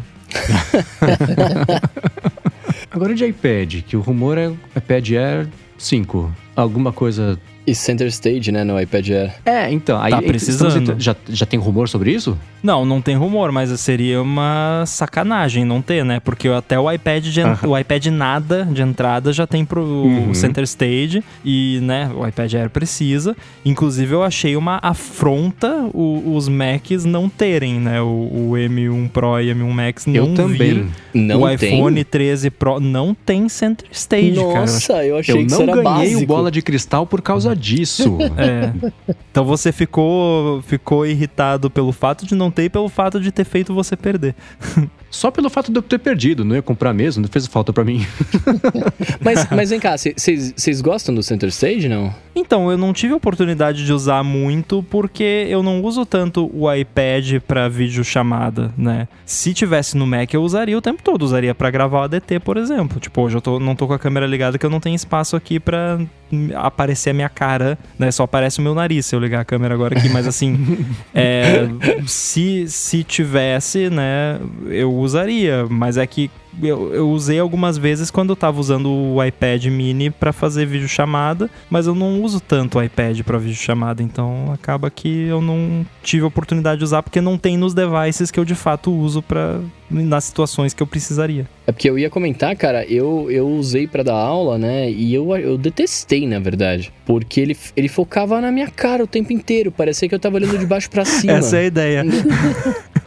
D: Agora de iPad, que o rumor é iPad Air 5. Alguma coisa.
C: E Center Stage, né, no iPad Air.
D: É, então. Aí,
B: Tá
D: então,
B: precisando.
D: você- Já, já tem rumor sobre isso?
B: Não, não tem rumor, mas seria uma sacanagem não ter, né? Porque até o iPad, de en- o iPad nada de entrada já tem pro
D: Uhum.
B: Center Stage e, né, o iPad Air precisa. Inclusive eu achei uma afronta o- os Macs não terem, né? O, o M1 Pro e M1 Max não
D: Eu
B: vir.
D: também.
C: Não
B: o
C: tem.
B: iPhone 13 Pro não tem Center Stage, cara.
C: Nossa, eu achei
D: Eu
C: que
D: não
C: isso era
D: ganhei
C: básico.
D: o bola de cristal por causa disso.
B: É. Então você ficou, ficou irritado pelo fato de não ter e pelo fato de ter feito você perder.
D: Só pelo fato de eu ter perdido, não ia comprar mesmo, não fez falta pra mim.
C: (laughs) Mas, mas
B: (laughs)
C: vem cá, vocês gostam do Center Stage, não?
B: Então, eu não tive oportunidade de usar muito porque eu não uso tanto o iPad para videochamada, né? Se tivesse no Mac, eu usaria o tempo todo, usaria para gravar o ADT, por exemplo. Tipo, hoje eu tô- não tô com a câmera ligada que eu não tenho espaço aqui para aparecer a minha cara, né? Só aparece o meu nariz se eu ligar a câmera agora aqui, mas assim, é, se, se tivesse, né, eu usaria, mas é que eu, eu usei algumas vezes quando eu tava usando o iPad mini para fazer videochamada, mas eu não uso tanto o iPad para videochamada, então acaba que eu não tive a oportunidade de usar porque não tem nos devices que eu de fato uso para nas situações que eu precisaria.
C: É porque eu ia comentar, cara, eu, eu usei para dar aula, né? E eu, eu detestei, na verdade. Porque ele, ele focava na minha cara o tempo inteiro. Parecia que eu tava olhando de
B: (laughs)
C: baixo para cima.
B: Essa é a ideia.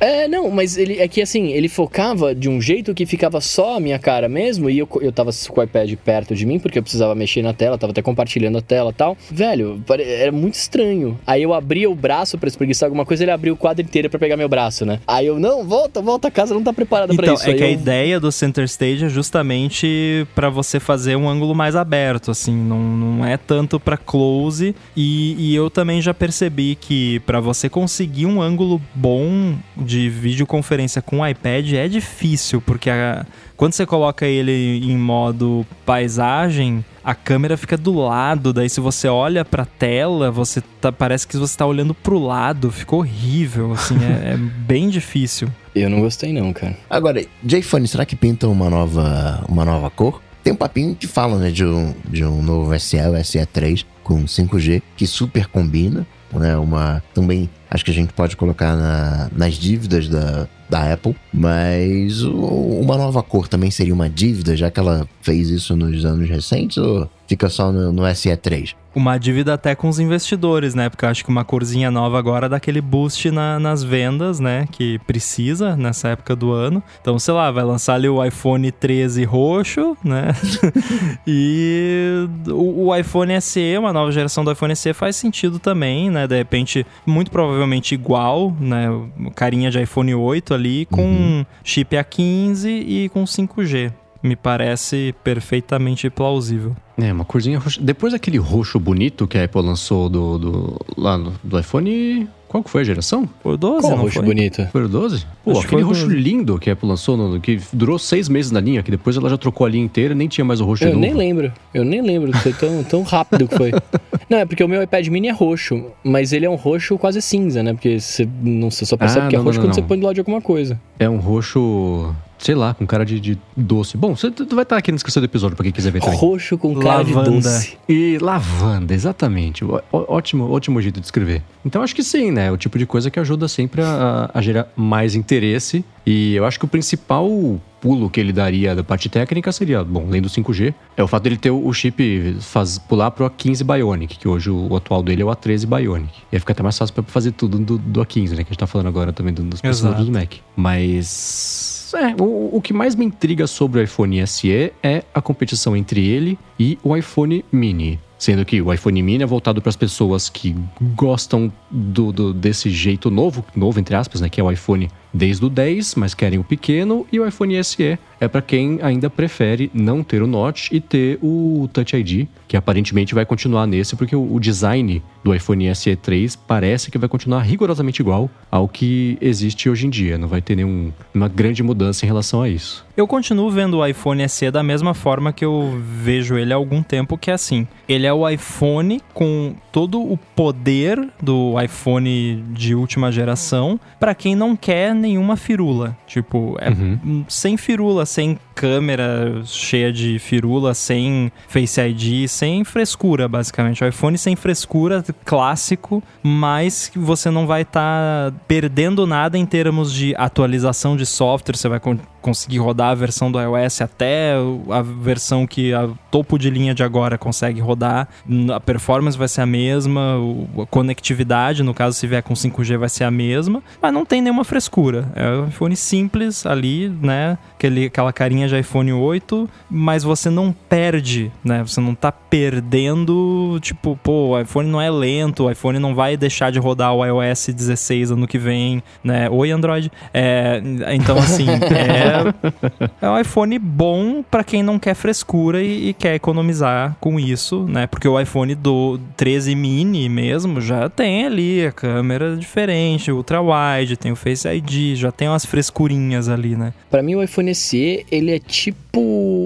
C: É, não, mas ele é que assim, ele focava de um jeito que ficava só a minha cara mesmo, e eu, eu tava com o iPad perto de mim, porque eu precisava mexer na tela, tava até compartilhando a tela tal. Velho, era muito estranho. Aí eu abria o braço para espreguiçar alguma coisa, ele abria o quadro inteiro para pegar meu braço, né? Aí eu, não, volta, volta, a casa não tá preparada
B: então,
C: pra isso.
B: É que
C: Aí
B: a
C: eu-
B: ideia do center stage é justamente para você fazer um ângulo mais aberto, assim, não, não é tanto para close. E, e eu também já percebi que para você conseguir um ângulo bom de videoconferência com o iPad é difícil, porque a- quando você coloca ele em modo paisagem, a câmera fica do lado, daí se você olha pra tela, você tá- parece que você tá olhando pro lado, ficou horrível, assim,
C: (laughs)
B: é- é bem difícil.
C: Eu não gostei, não, cara.
A: Agora, J-Phone, será que pintam uma nova, uma nova cor? Tem um papinho que fala, né, de um, de um novo SE, o SE3 com 5G, que super combina, né, uma... Também acho que a gente pode colocar na- nas dívidas da, da Apple, mas o- uma nova cor também seria uma dívida, já que ela fez isso nos anos recentes, ou fica só no, no SE3?
B: Uma dívida até com os investidores, né? Porque eu acho que uma corzinha nova agora dá aquele boost na- nas vendas, né? Que precisa nessa época do ano. Então, sei lá, vai lançar ali o iPhone 13 roxo, né? (laughs) e o, o iPhone SE, uma nova geração do iPhone SE faz sentido também, né? De repente, muito provavelmente igual, né? Carinha de iPhone 8 ali, com
A: Uhum.
B: chip A15 e com 5G. Me parece perfeitamente plausível.
D: É, uma corzinha roxa. Depois daquele roxo bonito que a Apple lançou do, do, lá no- do iPhone. Qual que foi a geração?
B: Foi 12,
C: Qual
B: não
C: roxo
B: foi?
C: bonito.
D: Foi o 12? Pô,
B: Acho que foi
D: aquele
B: o
D: roxo
B: 12.
D: lindo que a Apple lançou, no, que durou seis meses na linha, que depois ela já trocou a linha inteira nem tinha mais o roxo de
C: Eu
D: novo.
C: nem lembro, eu nem lembro, foi tão, tão rápido
D: (laughs)
C: que foi. Não, é porque o meu iPad mini é roxo, mas ele é um roxo quase cinza, né? Porque você, não, você só percebe
D: Ah,
C: que é
D: não,
C: roxo
D: não,
C: quando
D: não.
C: você põe do lado de alguma coisa.
D: É um roxo, sei lá, com cara de, de doce. Bom, você tu vai estar aqui na descrição do episódio pra quem quiser ver também.
C: Roxo com cara
B: Lavanda.
C: de doce.
D: E lavanda, exatamente. Ó- ó- ótimo, ótimo jeito de escrever. Então acho que sim, né? É O tipo de coisa que ajuda sempre a, a gerar mais interesse. E eu acho que o principal pulo que ele daria da parte técnica seria, bom, além do 5G, é o fato dele ter o o chip faz, pular pro A15 Bionic, que hoje o, o atual dele é o A13 Bionic. E aí fica até mais fácil pra fazer tudo do, do A15, né? Que a gente tá falando agora também do- dos processadores do Mac. Mas é, o, o que mais me intriga sobre o iPhone SE é a competição entre ele e o iPhone Mini. Sendo que o iPhone Mini é voltado para as pessoas que gostam do, do- desse jeito novo, novo entre aspas, né? Que é o iPhone desde o 10, mas querem o pequeno. E o iPhone SE é para quem ainda prefere não ter o Notch e ter o Touch ID, que aparentemente vai continuar nesse, porque o, o design do iPhone SE 3 parece que vai continuar rigorosamente igual ao que existe hoje em dia. Não vai ter nenhum, nenhuma grande mudança em relação a isso.
B: Eu continuo vendo o iPhone SE da mesma forma que eu vejo ele há algum tempo, que é assim. Ele é o iPhone com todo o poder do iPhone de última geração pra quem não quer nenhuma firula. Tipo, é
D: Uhum.
B: hum, sem firula, sem câmera cheia de firula, sem Face ID, sem frescura, basicamente. O iPhone sem frescura, clássico, mas que você não vai estar perdendo nada em termos de atualização de software. Você vai con- conseguir rodar a versão do iOS até o- a versão que a topo de linha de agora consegue rodar. N- A performance vai ser a mesma, o- a conectividade, no caso, se vier com 5G, vai ser a mesma, mas não tem nenhuma frescura. É um iPhone simples ali, né? Aquele, aquela carinha de iPhone 8, mas você não perde, né? Você não tá perdendo, tipo, pô, o iPhone não é lento, o iPhone não vai deixar de rodar o iOS 16 ano que vem, né? Oi, Android. É, então, assim, é, é um iPhone bom pra quem não quer frescura e, e quer economizar com isso, né? Porque o iPhone do 13 mini mesmo já tem ali a câmera diferente, ultra wide, tem o Face ID, já tem umas frescurinhas ali, né?
C: Pra mim o iPhone SE, ele é tipo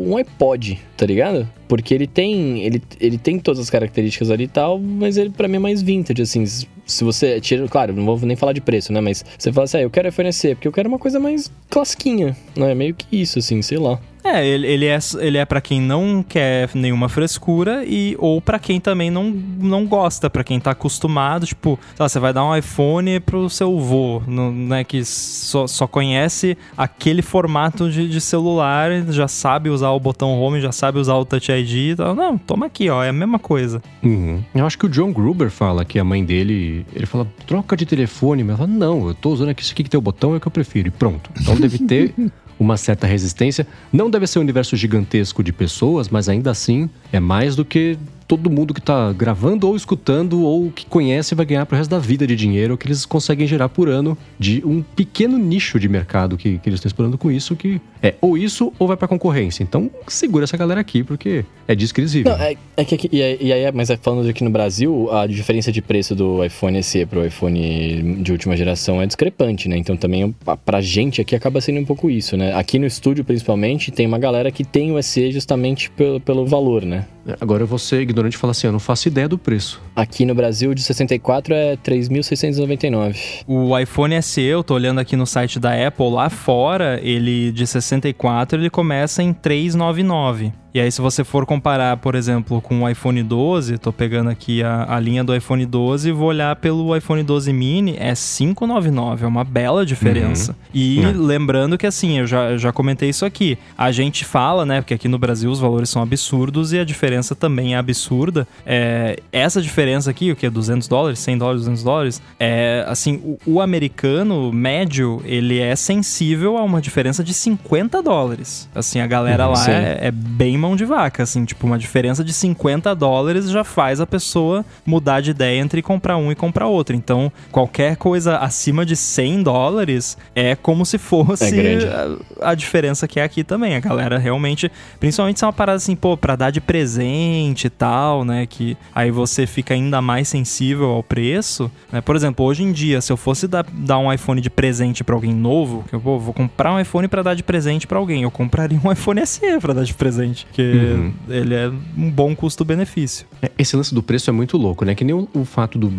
C: um iPod, tá ligado? Porque ele tem, ele, ele tem todas as características ali e tal, mas ele para mim é mais vintage assim. se você tira, claro, não vou nem falar de preço, né? Mas você fala assim, ah, eu quero fornecer, porque eu quero uma coisa mais classiquinha, né? Meio que isso, assim, sei lá.
B: É, ele, ele é, ele é para quem não quer nenhuma frescura e ou para quem também não, não gosta, para quem tá acostumado, tipo, sei lá, você vai dar um iPhone pro seu vô, no- né, que só, só conhece aquele formato de, de celular, já sabe usar o botão home, já sabe usar o Touch ID e tal. Não, toma aqui, ó, é a mesma coisa.
D: Uhum. Eu acho que o John Gruber fala que a mãe dele, ele fala, troca de telefone, mas ela fala, não, eu tô usando aqui, isso aqui que tem o botão, é o que eu prefiro, e pronto. Então deve ter uma certa resistência. Não deve ser um universo gigantesco de pessoas, mas ainda assim é mais do que todo mundo que tá gravando ou escutando ou que conhece vai ganhar pro resto da vida de dinheiro que eles conseguem gerar por ano de um pequeno nicho de mercado que, que eles estão explorando com isso, que é ou isso ou vai pra concorrência. Então segura essa galera aqui, porque é disso que eles vivem.
C: Não, é, é que aqui, e aí, e aí é- mas é falando aqui no Brasil, a diferença de preço do iPhone SE pro iPhone de última geração é discrepante, né? Então também pra- pra gente aqui acaba sendo um pouco isso, né? Aqui no estúdio, principalmente, tem uma galera que tem o SE justamente pelo, pelo valor, né?
D: Agora você, ignorante, fala assim: eu não faço ideia do preço.
C: Aqui no Brasil, de 64 é 3.699.
B: O iPhone SE, eu tô olhando aqui no site da Apple, lá fora, ele de 64, ele começa em 399. E aí se você for comparar, por exemplo, com o iPhone 12, tô pegando aqui a, a linha do iPhone 12 e vou olhar pelo iPhone 12 mini, é 599, é uma bela
C: Uhum.
B: diferença. E
D: É.
B: lembrando que assim, eu já, eu já comentei isso aqui, a gente fala, né, porque aqui no Brasil os valores são absurdos e a diferença também é absurda. É, essa diferença aqui, o que é 200 dólares, 100 dólares, 200 dólares, é assim, o, o americano médio, ele é sensível a uma diferença de 50 dólares. Assim, a galera
C: Uhum,
B: lá
C: sim.
B: é, é bem mão de vaca, assim, tipo, uma diferença de 50 dólares já faz a pessoa mudar de ideia entre comprar um e comprar outro. Então, qualquer coisa acima de 100 dólares é como se fosse
C: É grande.
B: a, a diferença que é aqui também. A galera realmente Principalmente se é uma parada assim, pô, pra dar de presente e tal, né? Que aí você fica ainda mais sensível ao preço, né? Por exemplo, hoje em dia, se eu fosse dar, dar um iPhone de presente pra alguém novo, que eu pô, vou comprar um iPhone pra dar de presente pra alguém, eu compraria um (laughs) iPhone SE pra dar de presente, porque
D: Uhum.
B: ele é um bom custo-benefício.
D: É, Esse lance do preço é muito louco, né? Que nem o, o fato do-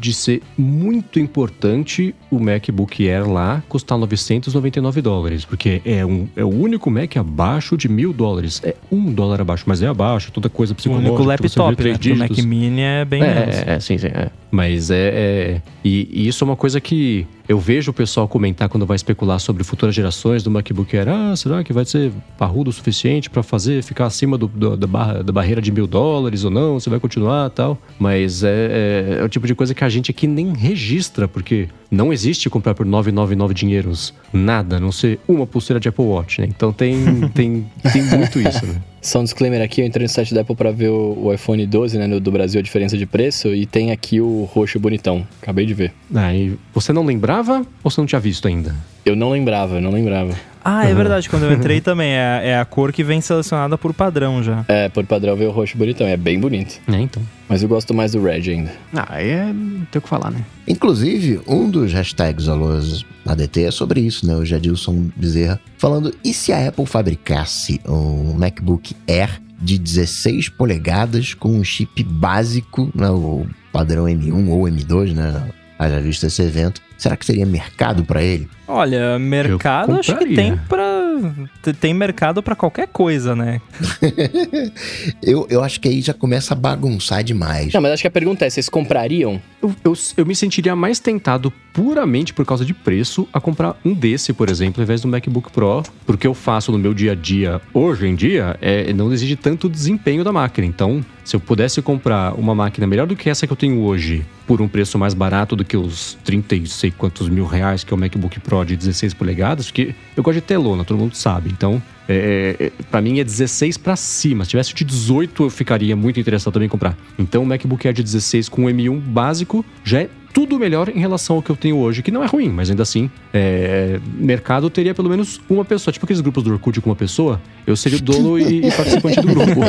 D: de ser muito importante o MacBook Air lá custar 999 dólares, porque é, um, é o único Mac abaixo de mil dólares. É um dólar abaixo, mas é abaixo, toda coisa
B: O
D: psicológica.
B: único
D: que tipo, você
B: laptop,
D: vê,
B: né?
D: três
B: Porque o Mac
D: dígitos.
B: Mini é bem menos.
D: É, é, é, sim, sim. é. Mas é. é- e, e isso é uma coisa que eu vejo o pessoal comentar quando vai especular sobre futuras gerações do MacBook Air. Ah, será que vai ser parrudo o suficiente pra fazer ficar acima do- do- da, barra- da barreira de mil dólares ou não? Você vai continuar tal? Mas é, é, é o tipo de coisa que a gente aqui nem registra, porque não existe comprar por 999 dinheiros nada, a não ser uma pulseira de Apple Watch, né? Então (laughs) tem, tem, tem muito isso, né?
C: Só um disclaimer aqui, eu entrei no site da Apple pra ver o, o iPhone 12, né, no- do Brasil, a diferença de preço, e tem aqui o roxo bonitão. Acabei de ver.
D: Aí, Ah, você não lembrava ou você não tinha visto ainda?
C: Eu não lembrava, eu não lembrava.
B: Ah,
D: Uhum.
B: é verdade, quando eu entrei (laughs) também, é, é a cor que vem selecionada por padrão já.
C: É, por padrão ver o roxo bonitão, é bem bonito.
D: É, então.
C: Mas eu gosto mais do Red ainda.
D: Ah, aí é, não tem o que falar, né?
A: Inclusive, um dos hashtags Alôs ADT é sobre isso, né? O Jadilson Bezerra falando: e se a Apple fabricasse um MacBook Air de 16 polegadas com um chip básico, né? o padrão M1 ou M2, né? Haja visto esse evento, será que seria mercado pra ele?
B: Olha, mercado
D: Eu
B: acho que
D: compraria.
B: tem pra. te- Tem mercado pra qualquer coisa, né?
A: Eu, eu acho que aí já começa a bagunçar demais.
C: Não, mas acho que a pergunta é, vocês comprariam?
D: Eu, eu, eu me sentiria mais tentado puramente por causa de preço a comprar um desse, por exemplo, ao invés do MacBook Pro, porque eu faço no meu dia a dia hoje em dia é, não exige tanto desempenho da máquina. Então, se eu pudesse comprar uma máquina melhor do que essa que eu tenho hoje, por um preço mais barato do que os 30 e sei quantos mil reais que é o MacBook Pro de 16 polegadas, porque eu gosto de telona, todo mundo sabe. Então, É, é, para mim é 16 pra cima. Se tivesse de 18, eu ficaria muito interessado também em comprar. Então, o MacBook Air de 16 com o M1 básico já é tudo melhor em relação ao que eu tenho hoje, que não é ruim, mas ainda assim, é, mercado teria pelo menos uma pessoa. Tipo aqueles grupos do Orkut com uma pessoa, eu seria o dono e, e participante do grupo.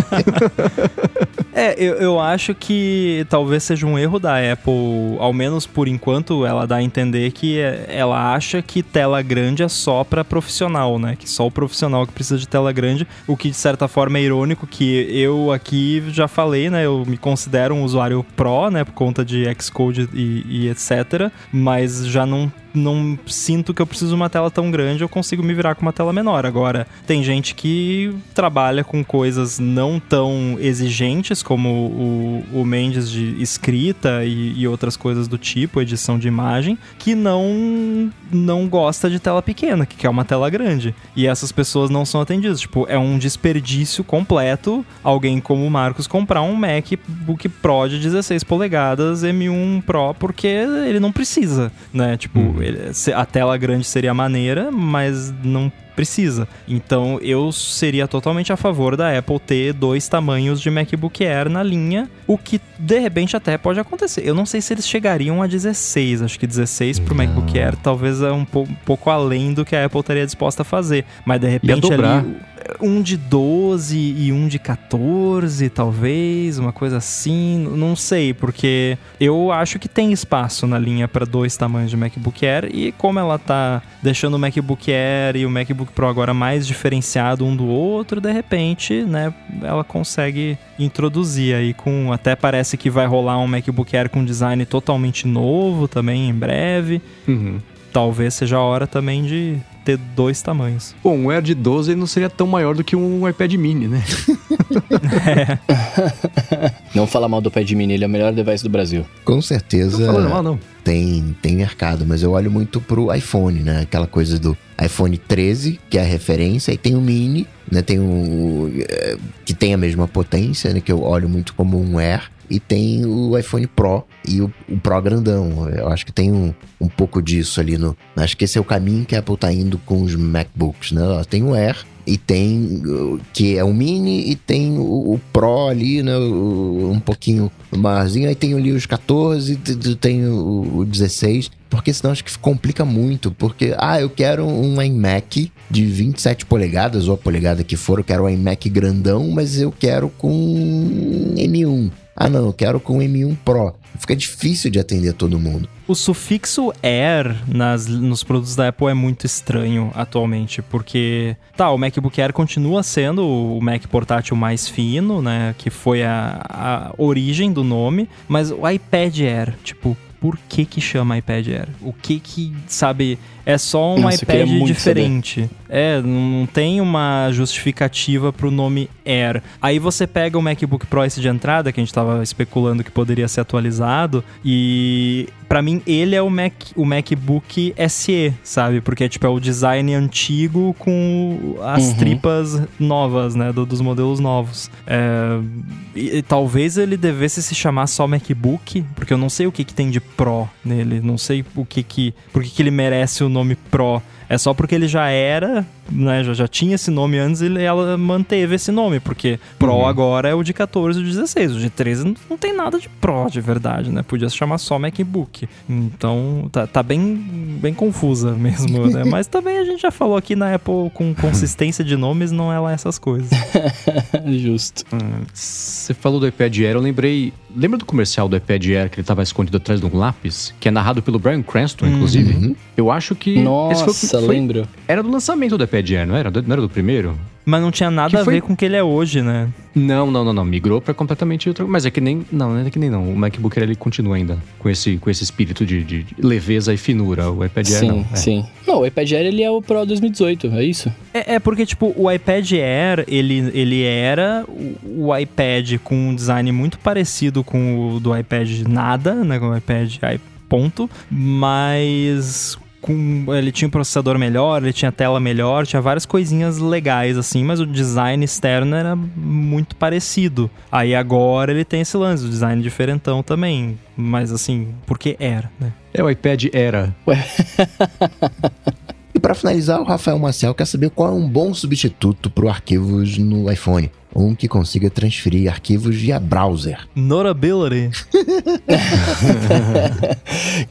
B: É, eu, eu acho que talvez seja um erro da Apple, ao menos por enquanto, ela dá a entender que é- ela acha que tela grande é só pra profissional, né? Que só o profissional que precisa de tela grande, o que de certa forma é irônico, que eu aqui já falei, né? Eu me considero um usuário pro, né? Por conta de Xcode e, e etc. Mas já não, não sinto que eu preciso de uma tela tão grande, eu consigo me virar com uma tela menor. Agora, tem gente que trabalha com coisas não tão exigentes como o, o Mendes de escrita e, e outras coisas do tipo, edição de imagem, que não, não gosta de tela pequena, que quer uma tela grande. E essas pessoas não são atendidas. Tipo, é um desperdício completo alguém como o Marcos comprar um MacBook Pro de 16 polegadas M1 Pro porque ele não precisa, né? Tipo, ele- a tela grande seria maneira, mas não precisa. Então eu seria totalmente a favor da Apple ter dois tamanhos de MacBook Air na linha, o que de repente até pode acontecer. Eu não sei se eles chegariam a 16, acho que 16 pro MacBook Air talvez é um, po- um pouco além do que a Apple estaria disposta a fazer, mas de repente
D: dobrar.
B: ali um de 12 e um de 14, talvez, uma coisa assim, n- não sei, porque eu acho que tem espaço na linha para dois tamanhos de MacBook Air e como ela tá deixando o MacBook Air e o MacBook Pro agora mais diferenciado um do outro, de repente, né, ela consegue introduzir aí com até parece que vai rolar um MacBook Air com design totalmente novo também em breve.
D: Uhum.
B: Talvez seja a hora também de ter dois tamanhos.
D: Bom, um Air de 12 não seria tão maior do que um iPad mini, né?
C: Não fala mal do Pad Mini, ele é o melhor device do Brasil.
A: Com
D: Não
A: certeza.
D: falando mal, não.
A: tem, tem mercado, mas eu olho muito pro iPhone, né? Aquela coisa do iPhone 13, que é a referência, e tem o Mini, né? Tem o. eh, que tem a mesma potência, né? Que eu olho muito como um Air. E tem o iPhone Pro e o, o Pro grandão. Eu acho que tem um, um pouco disso ali no. Acho que esse é o caminho que a Apple tá indo com os MacBooks, né? Ela Tem o Air e tem uh, que é o Mini e tem o, o Pro ali, né? o- um pouquinho maiorzinho. Aí tem ali os 14, t- t- tem o, o 16. Porque senão acho que complica muito. Porque, ah, eu quero um iMac de 27 polegadas, ou a polegada que for, eu quero um iMac grandão, mas eu quero com M1. Ah, não, eu quero com M1 Pro. Fica difícil de atender todo mundo.
B: O sufixo Air nas, nos produtos da Apple é muito estranho atualmente, porque tá, o MacBook Air continua sendo o Mac portátil mais fino, né? Que foi a, a origem do nome, mas o iPad Air, tipo, por que que chama iPad Air? O que que, sabe, é só um
C: Nossa, eu queria
B: iPad
C: muito
B: diferente. É, não tem uma justificativa pro nome Air. Aí você pega o MacBook Pro esse de entrada, que a gente tava especulando que poderia ser atualizado, e pra mim ele é o, Mac, o MacBook SE, sabe? Porque tipo, é o design antigo com as
C: Uhum.
B: tripas novas, né? do- dos modelos novos. É, e- e talvez ele devesse se chamar só MacBook, porque eu não sei o que, que tem de Pro nele, não sei o que que, por que, que ele merece o nome Pro. É só porque ele já era, né, já, já tinha esse nome antes e ela manteve esse nome, porque Pro
D: Uhum.
B: agora é o de 14 e o de 16, o de 13 não, não tem nada de Pro de verdade, né? Podia se chamar só MacBook. Então, tá, tá bem, bem confusa (laughs) mesmo, né? Mas também a gente já falou aqui na Apple com consistência de nomes, não é lá essas
D: (laughs)
B: coisas.
C: Justo.
D: Você falou do iPad Air, eu lembrei. Lembra do comercial do iPad Air que ele tava escondido atrás de um lápis? Que é narrado pelo Brian Cranston, inclusive. Eu acho que. esse foi o que-
C: Uhum. Nossa,
D: foi-
C: lembro.
D: Era do lançamento do iPad Air, não era? Do- Não era do primeiro?
B: Mas não tinha nada
D: Que
B: a
D: foi-
B: ver com o que ele é hoje, né?
D: Não, não, não, não. Migrou pra completamente outra. Mas é que nem. Não, não é que nem não. O MacBook Air ele continua ainda com esse, com esse espírito de, de- de leveza e finura. O iPad Air
C: sim,
D: não. É.
C: sim. Não, o iPad Air ele é o Pro 2018, é isso?
B: É, é porque, tipo, o iPad Air, ele, ele era o, o iPad com um design muito parecido com o do iPad nada, né? Com o iPad i- ponto, mas... Com, ele tinha um processador melhor, ele tinha tela melhor, tinha várias coisinhas legais assim, mas o design externo era muito parecido. Aí agora ele tem esse lance, o design diferentão também, mas assim, porque era, né?
D: É o iPad era.
A: E para finalizar, o Rafael Marcel quer saber qual é um bom substituto para arquivos no iPhone. Um que consiga transferir arquivos via browser.
B: Notability.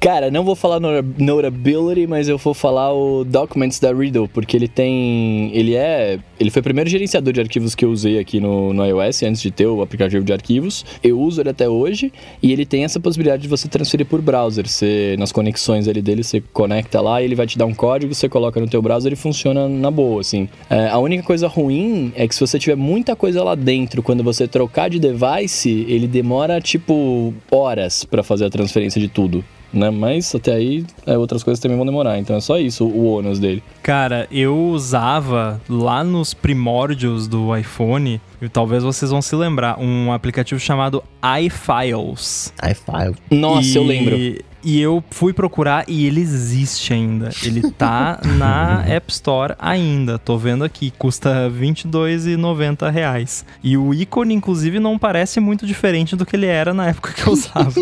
C: Cara, não vou falar nota- Notability, mas eu vou falar o Documents da Riddle, porque ele tem. Ele é. Ele foi o primeiro gerenciador de arquivos que eu usei aqui no, no iOS, antes de ter o aplicativo de arquivos. Eu uso ele até hoje, e ele tem essa possibilidade de você transferir por browser. Você, nas conexões ali dele, você conecta lá, ele vai te dar um código, você coloca no teu browser e funciona na boa, assim. É, a única coisa ruim é que se você tiver muita coisa lá dentro, quando você trocar de device, ele demora, tipo, horas pra fazer a transferência de tudo. né? Mas até aí, é, outras coisas também vão demorar. Então é só isso o ônus dele.
B: Cara, eu usava lá nos primórdios do iPhone, e talvez vocês vão se lembrar, um aplicativo chamado iFiles.
A: iFile.
C: Nossa, eu
B: E-
C: lembro.
B: E eu fui procurar e ele existe ainda. Ele
C: (laughs)
B: tá na App Store ainda. Tô vendo aqui, custa R$ 22,90 reais. E o ícone, inclusive, não parece muito diferente do que ele era na época que eu
C: (laughs)
B: usava.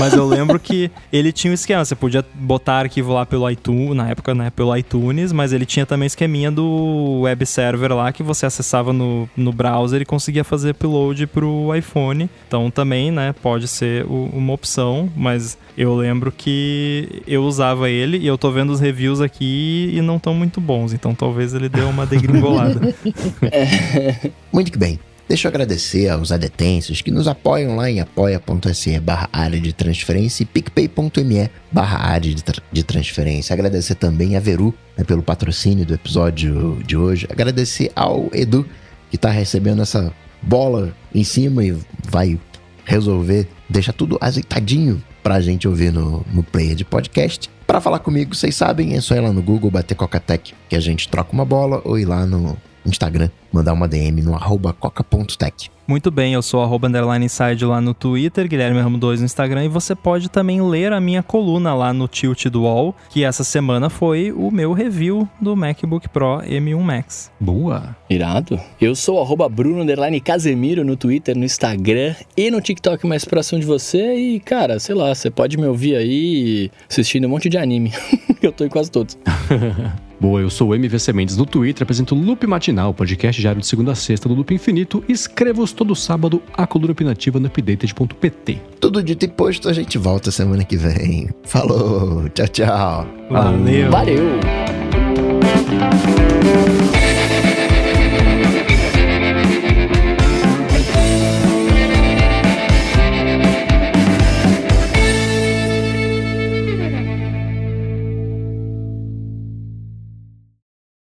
B: Mas eu lembro que ele tinha um esquema. Você podia botar arquivo lá pelo iTunes, na época, né? Pelo iTunes, mas ele tinha também o esqueminha do web server lá que você acessava no, no browser e conseguia fazer upload pro iPhone. Então também, né? Pode ser u- uma opção, mas eu lembro que eu usava ele e eu tô vendo os reviews aqui e não tão muito bons. Então talvez ele dê uma degringolada.
A: Muito que bem. Deixa eu agradecer aos adetêncios que nos apoiam lá em apoia.se barra área de transferência e picpay.me barra área de, tra- de transferência. Agradecer também a Veru né, pelo patrocínio do episódio de hoje. Agradecer ao Edu que está recebendo essa bola em cima e vai resolver, deixar tudo azeitadinho pra gente ouvir no, no player de podcast. Pra falar comigo, vocês sabem, é só ir lá no Google bater Cocatec que a gente troca uma bola ou ir lá no Instagram, mandar uma DM no arroba coca.tech.
B: Muito bem, eu sou arroba underline inside lá no Twitter, Guilherme Ramo 2 no Instagram, e você pode também ler a minha coluna lá no Tilt do UOL, que essa semana foi o meu review do MacBook Pro M1 Max.
D: Boa.
C: Irado. Eu sou o arroba Bruno underline Casemiro no Twitter, no Instagram e no TikTok mais próximo de você. E, cara, sei lá, você pode me ouvir aí assistindo um monte de anime. (laughs) eu tô em quase todos.
D: Boa, eu sou o MVC Mendes no Twitter, apresento o Loop Matinal, podcast diário de segunda a sexta do Loop Infinito, e escrevo-os todo sábado a coluna opinativa no updated.pt.
A: Tudo dito e posto, a gente volta semana que vem. Falou, tchau, tchau.
D: Valeu.
C: Valeu!